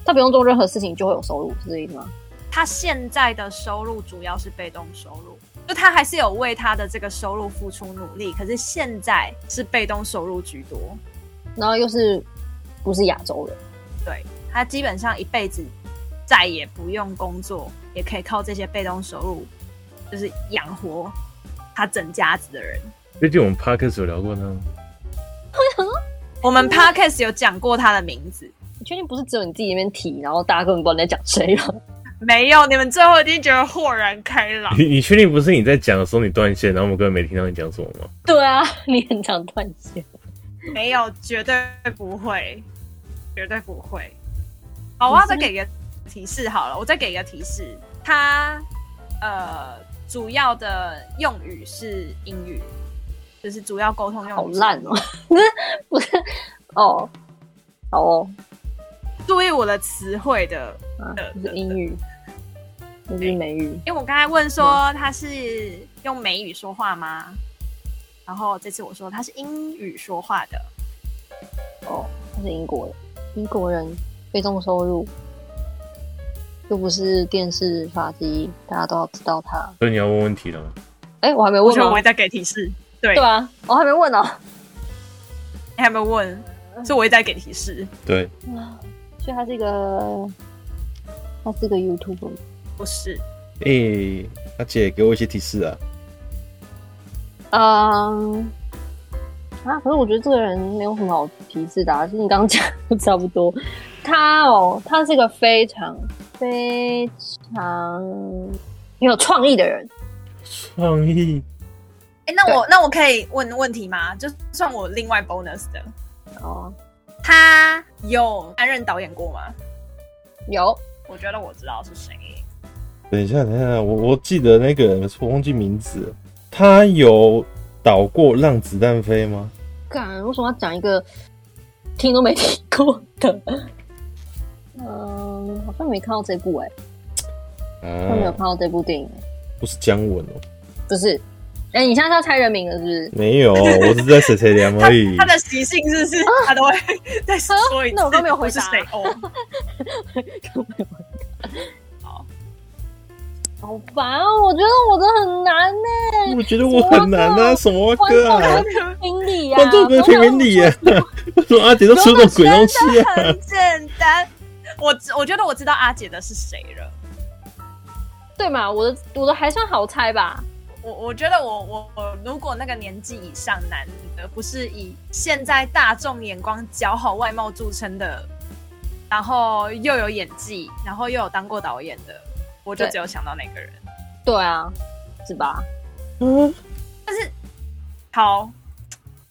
他不用做任何事情就会有收入，是这个意思吗？
他现在的收入主要是被动收入，就他还是有为他的这个收入付出努力，可是现在是被动收入居多。
然后又是不是亚洲人？
对他基本上一辈子再也不用工作，也可以靠这些被动收入，就是养活他整家子的人。
最近我们 podcast 有聊过呢，
我们 podcast 有讲过他的名字，
你确定不是只有你自己那边提，然后大家根本不知道你在讲谁了？
没有？你们最后一定觉得豁然开
啊
朗。
你你确定不是你在讲的时候你断线，然后我们根本没听到你讲什么吗？
对啊，你很常断线。
没有，绝对不会，绝对不会。好，我要再给一个提示好了，我再给一个提示，它呃主要的用语是英语，就是主要沟通用语。
好烂哦！不是不是哦，好哦，
注意我的词汇的，
啊
呃，
不是英语，不是美语，
因为我刚才问说
嗯
他是用美语说话吗？然后这次我说他是英语说话的，
哦，他是英国人，英国人被动收入，又不是电视发机，大家都要知道他。
所以你要问问题了吗？
哎、我还没
我
问
觉得
吗
我会再给提示。对，
对啊，我还没问呢、
你还没问，所以我会再给提示。
对，
所以他是一个，他是个 YouTuber，
不是，
诶、阿姐给我一些提示啊！
嗯，啊，可是我觉得这个人没有什么好提示的、啊，就是你刚刚讲的差不多。他哦，他是个非常非常很有创意的人，
创意
哎、那我那我可以问问题吗？就算我另外 bonus 的，
哦，
他有担任导演过吗？
有
我觉得我知道是谁。
等一下，等一下，我我记得那个人，我忘记名字了。他有导过《让子弹飞》吗？
干，为什么要讲一个听都没听过的？嗯，好像没看到这部哎、
嗯
欸，都没有
啊
看，到这部电影、欸，
不是姜文哦，
不是？哎、你现在是要猜人名了是不是？
没有，我只是在谁谁凉
他
而已
他。的习性是不是他都会再说一次？
啊那我都没有回答
是谁哦？
好烦哦！我觉得我的很难欸呢、
我觉得我很难啊，什么
观
歌
众
啊
的？评理呀、
哦
观众没有评评理啊！为 什么阿姐都出过鬼东西啊？
很简单，我我觉得我知道阿姐的是谁了。
对嘛？我的我的还算好猜吧。
我我觉得我我我如果那个年纪以上男的，不是以现在大众眼光姣好外貌著称的，然后又有演技，然后又有当过导演的，我就
对
只有想到那个人。
对啊，是吧？
好，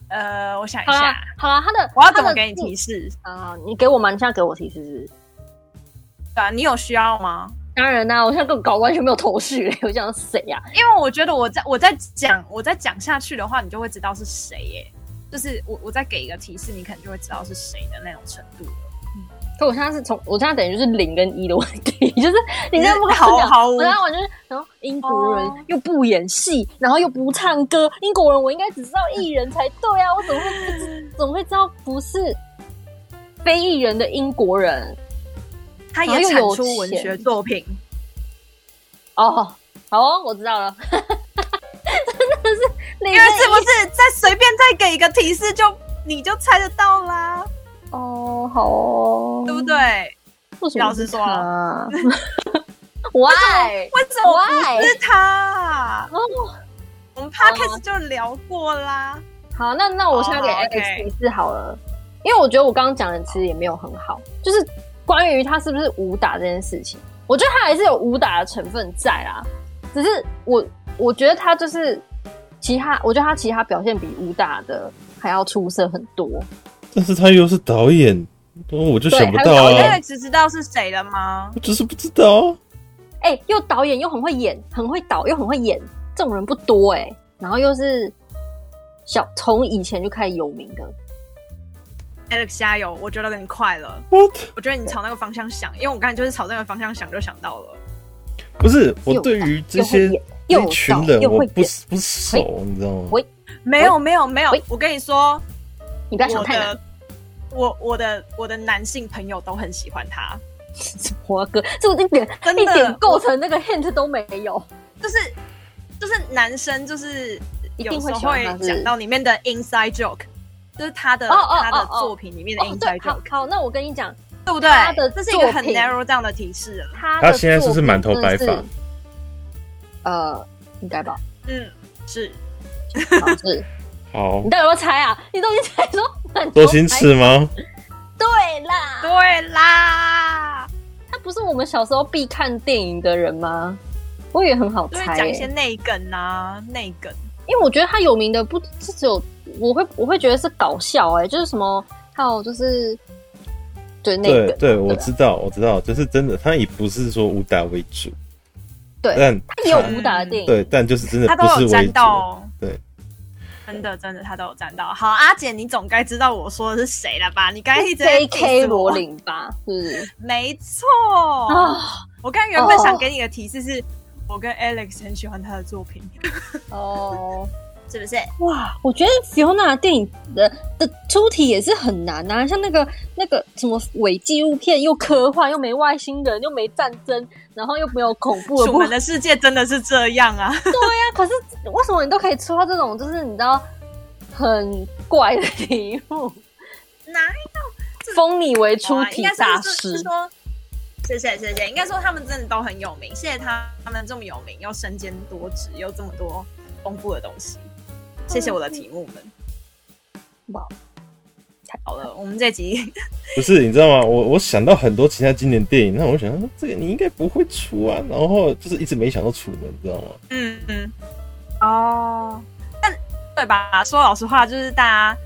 呃，我想一
好啦
下，，
好啦，他的
我要怎么给你
提
提示？
啊、你给我吗？你现在给我提示是不是？
对啊，你有需要吗？
当然啦、我现在跟搞完全没有头绪、 我想谁呀、
因为我觉得我在我在讲我在讲下去的话，你就会知道是谁耶。就是我我再给一个提示，你可能就会知道是谁的那种程度了。
可我现在是从我现在等于就是零跟一的问题， 就是你现在不跟
毫
我讲，
毫无
我现在完全是然后英国人
哦
又不演戏，然后又不唱歌，英国人我应该只知道艺人才对啊，我怎么会不知怎么会知道不是非艺人的英国人？
他
然
也
后
产
又有
出文
钱
学作品，
哦，好哦，我知道了，真的是你
因为是不是再随便再给一个提示就你就猜得到啦，
哦，好哦，
对不对？
为什么
老实说
啊 ，Why？
为什么
Why？
不是他啊？
哦，
我们 podcast 就聊过啦。
好，那那我现在给
哦好
Alex
OK
提示好了，因为我觉得我刚刚讲的其实也没有很好，就是关于他是不是武打这件事情，我觉得他还是有武打的成分在啦，只是我我觉得他就是其他，我觉得他其他表现比武打的还要出色很多。
但是他又是导演，我就想不
对还有
到
导
哦
现
演
在
啊，
只知道是谁了吗？
我就是不知道啊。
哎、又导演又很会演，很会导又很会演，这种人不多哎、然后又是小从以前就开始有名的，
Alex 加油！我觉得你快了，
What？
我觉得你朝那个方向想，因为我刚才就是朝那个方向想就想到了。
不是我
又
对
大
于这
又会
些
演
这
又
一群
导
人
又
我
会
不
演
不熟，你知道吗
喂？
没有没有没有
喂，
我跟你说，
你不要想
我
太难
的。我我的我的男性朋友都很喜欢他，
活哥，这我一点
真的
一点构成那个 hint 都没有。
就是就是男生就是
一
有
定会
时候
喜欢
会
他是不是
讲到里面的 inside joke，就是他的
哦哦
他的
哦哦
作品里面的
哦，对
inside，
好
joke，
好，那我跟你讲，
对不对
他的？
这是一个很
作品
narrow down 的提示了。
他
他
的
现在是不是满头白发
作品真的是？呃，应该吧，
嗯，是
好是。
好
你，到底有没有猜啊？你都已经猜说满头
周
白
星驰吗？
对啦，
对啦，
他不是我们小时候必看电影的人吗？我也很好
就是
猜、
讲一些
欸
内梗啊，内梗。
因为我觉得他有名的不是只有，我会我会觉得是搞笑哎、就是什么，还有就是对那
对
个
对，我知道，我知道，就是真的，他也不是说武打为主，
对，
但
他也有武打的电影，
对，但就是真的
他都
不是
有
为
沾
主。
到哦。
对，
真的真的他都有沾到。好，阿姐，你总该知道我说的是谁了哎吧？你刚才一直在
J
diss
K
我
罗，琳吧，是不是
没错。
啊？
我刚原本想给你的提示是，我跟 Alex 很喜欢他的作品，
哦，
是不是？
哇，我觉得 Fiona 的电影的的出题也是很难啊，像那个那个什么伪纪录片，又科幻，又没外星人，又没战争，然后又没有恐 怖的
楚
部
门的世界真的是这样啊！
可是为什么你都可以出到这种，就是你知道很怪的题目，
哪
封你为
有
出
啊？应
题
该说
大
是
师
是。说。谢谢谢谢，应该说他们真的都很有名，谢谢他们这么有名，又身兼多职，又这么多丰富的东西，谢谢我的题目们。
哇，
好了，我们这集
不是，你知道吗？我我想到很多其他经典电影，那我想说这个你应该不会出啊，然后就是一直没想到楚门，你知道吗？
嗯嗯，哦，但对吧？说老实话，就是大家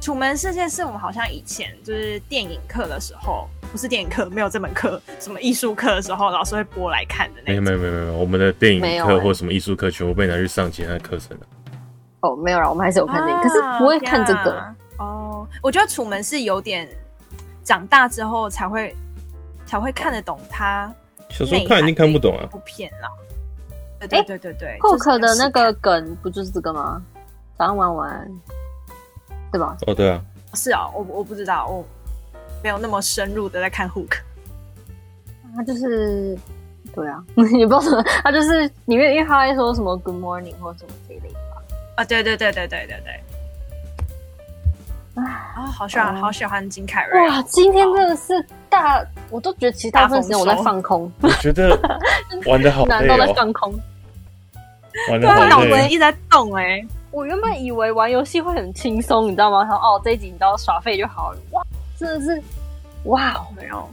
《楚门世界》是我们好像以前就是电影课的时候，不是电影课，没有这门课，什么艺术课的时候，老师会播来看的那
没有
种。
没有没有没有，我们的电
没
影
有
课
欸
或什么艺术课全部被拿去上其他的课程
啊
了。
哦，没有啦，我们还是有看电影，可是不会看这个。
啊哦。我觉得《楚门》是有点长大之后才会才会看得懂他
小时候
内
看
涵
一定看不懂啊
这。部片啦。对对对对对，
c
就
o
是
k 的那
要
个梗不就是这个吗？早上玩玩，对吧？
哦，对啊，
是啊、我我不知道，我没有那么深入的在看 Hook。
他啊就是对啊， 也不知道什么，他就是里面因为他会说什么 Good morning 或什么这一类的。
啊，对对对对对对对。啊，好喜欢，
哦
好喜欢金凯瑞啊！
哇，今天真的是大，我都觉得其实大部分时间我在放空，
我
哦
觉得玩的好
难
累
道在啊
哦，
放空？
玩的
我脑
好
子
累。
一直在动哎、
我原本以为玩游戏会很轻松，你知道吗？然后哦，这一集你知道耍废就好了。哇，真的是哇！哦
没有，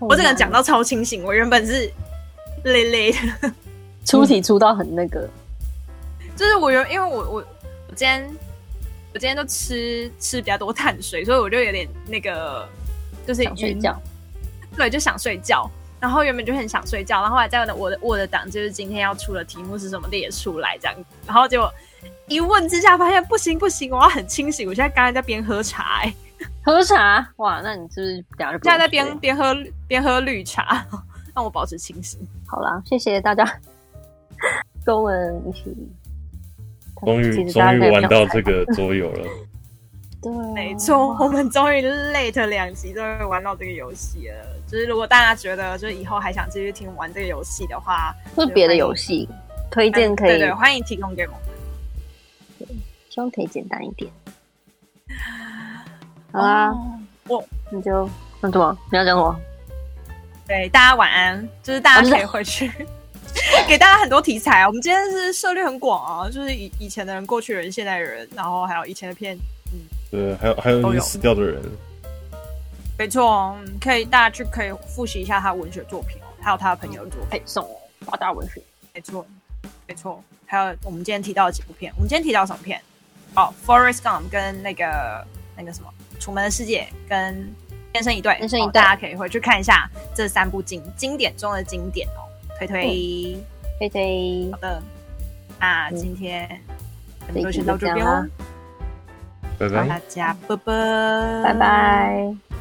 我整个讲
到
到超清醒，我原本是累累的，
出题出到很那个，
就是我原因为我我我今天我今天都吃吃比较多碳水，所以我就有点那个就是
想睡
晕
觉。
嗯对，就想睡觉。然后原本就很想睡觉，然后后来在我的我的我的档就是今天要出的题目是什么列出来这样，然后结果一问之下发现不行不行，我要很清醒。我现在刚才在边喝茶、欸，
喝茶哇，那你是不是等下就不
现在
用
在
睡
边边喝边喝绿茶，让我保持清醒。
好啦，谢谢 大家跟我们一起。
终
其
于
实
终
大家
于
应该
玩
没有
到
猜
这个桌游了，
对啊，
没错，我们终于 late 两集终于玩到这个游戏了。就是如果大家觉得就是以后还想继续听玩这个游戏的话，
或是别的游戏推荐可
哎对
以，
对，欢迎提供给我们。
希望可以简单一点。好啊啦，
哦
你就那什么，你要讲什么？
对，大家晚安。就是大
哦
家可以回去，给大家很多题材。我们今天是涉猎很广啊，就是以以前的人、过去的人、现代人，然后还有以前的片。
对，还有还有
都
已经
有
死掉的人，
没错，嗯可以大家去可以复习一下他的文学作品哦，还有他的朋友的作品。
配送哦，八大文学。
没错，没错。还有我们今天提到的几部片，我们今天提到什么片？哦，《Forest Gump》跟那个那个什么《楚门的世界》跟天生一对，
天生一对
哦大家可以回去看一下这三部经经典中的经典哦。推推，
推推
好，的，那
嗯
今天我
这
们
一
就
集
先到
就
这
这样
边哦
啦，，
拜
好
拜。
大家拜拜，
拜。拜。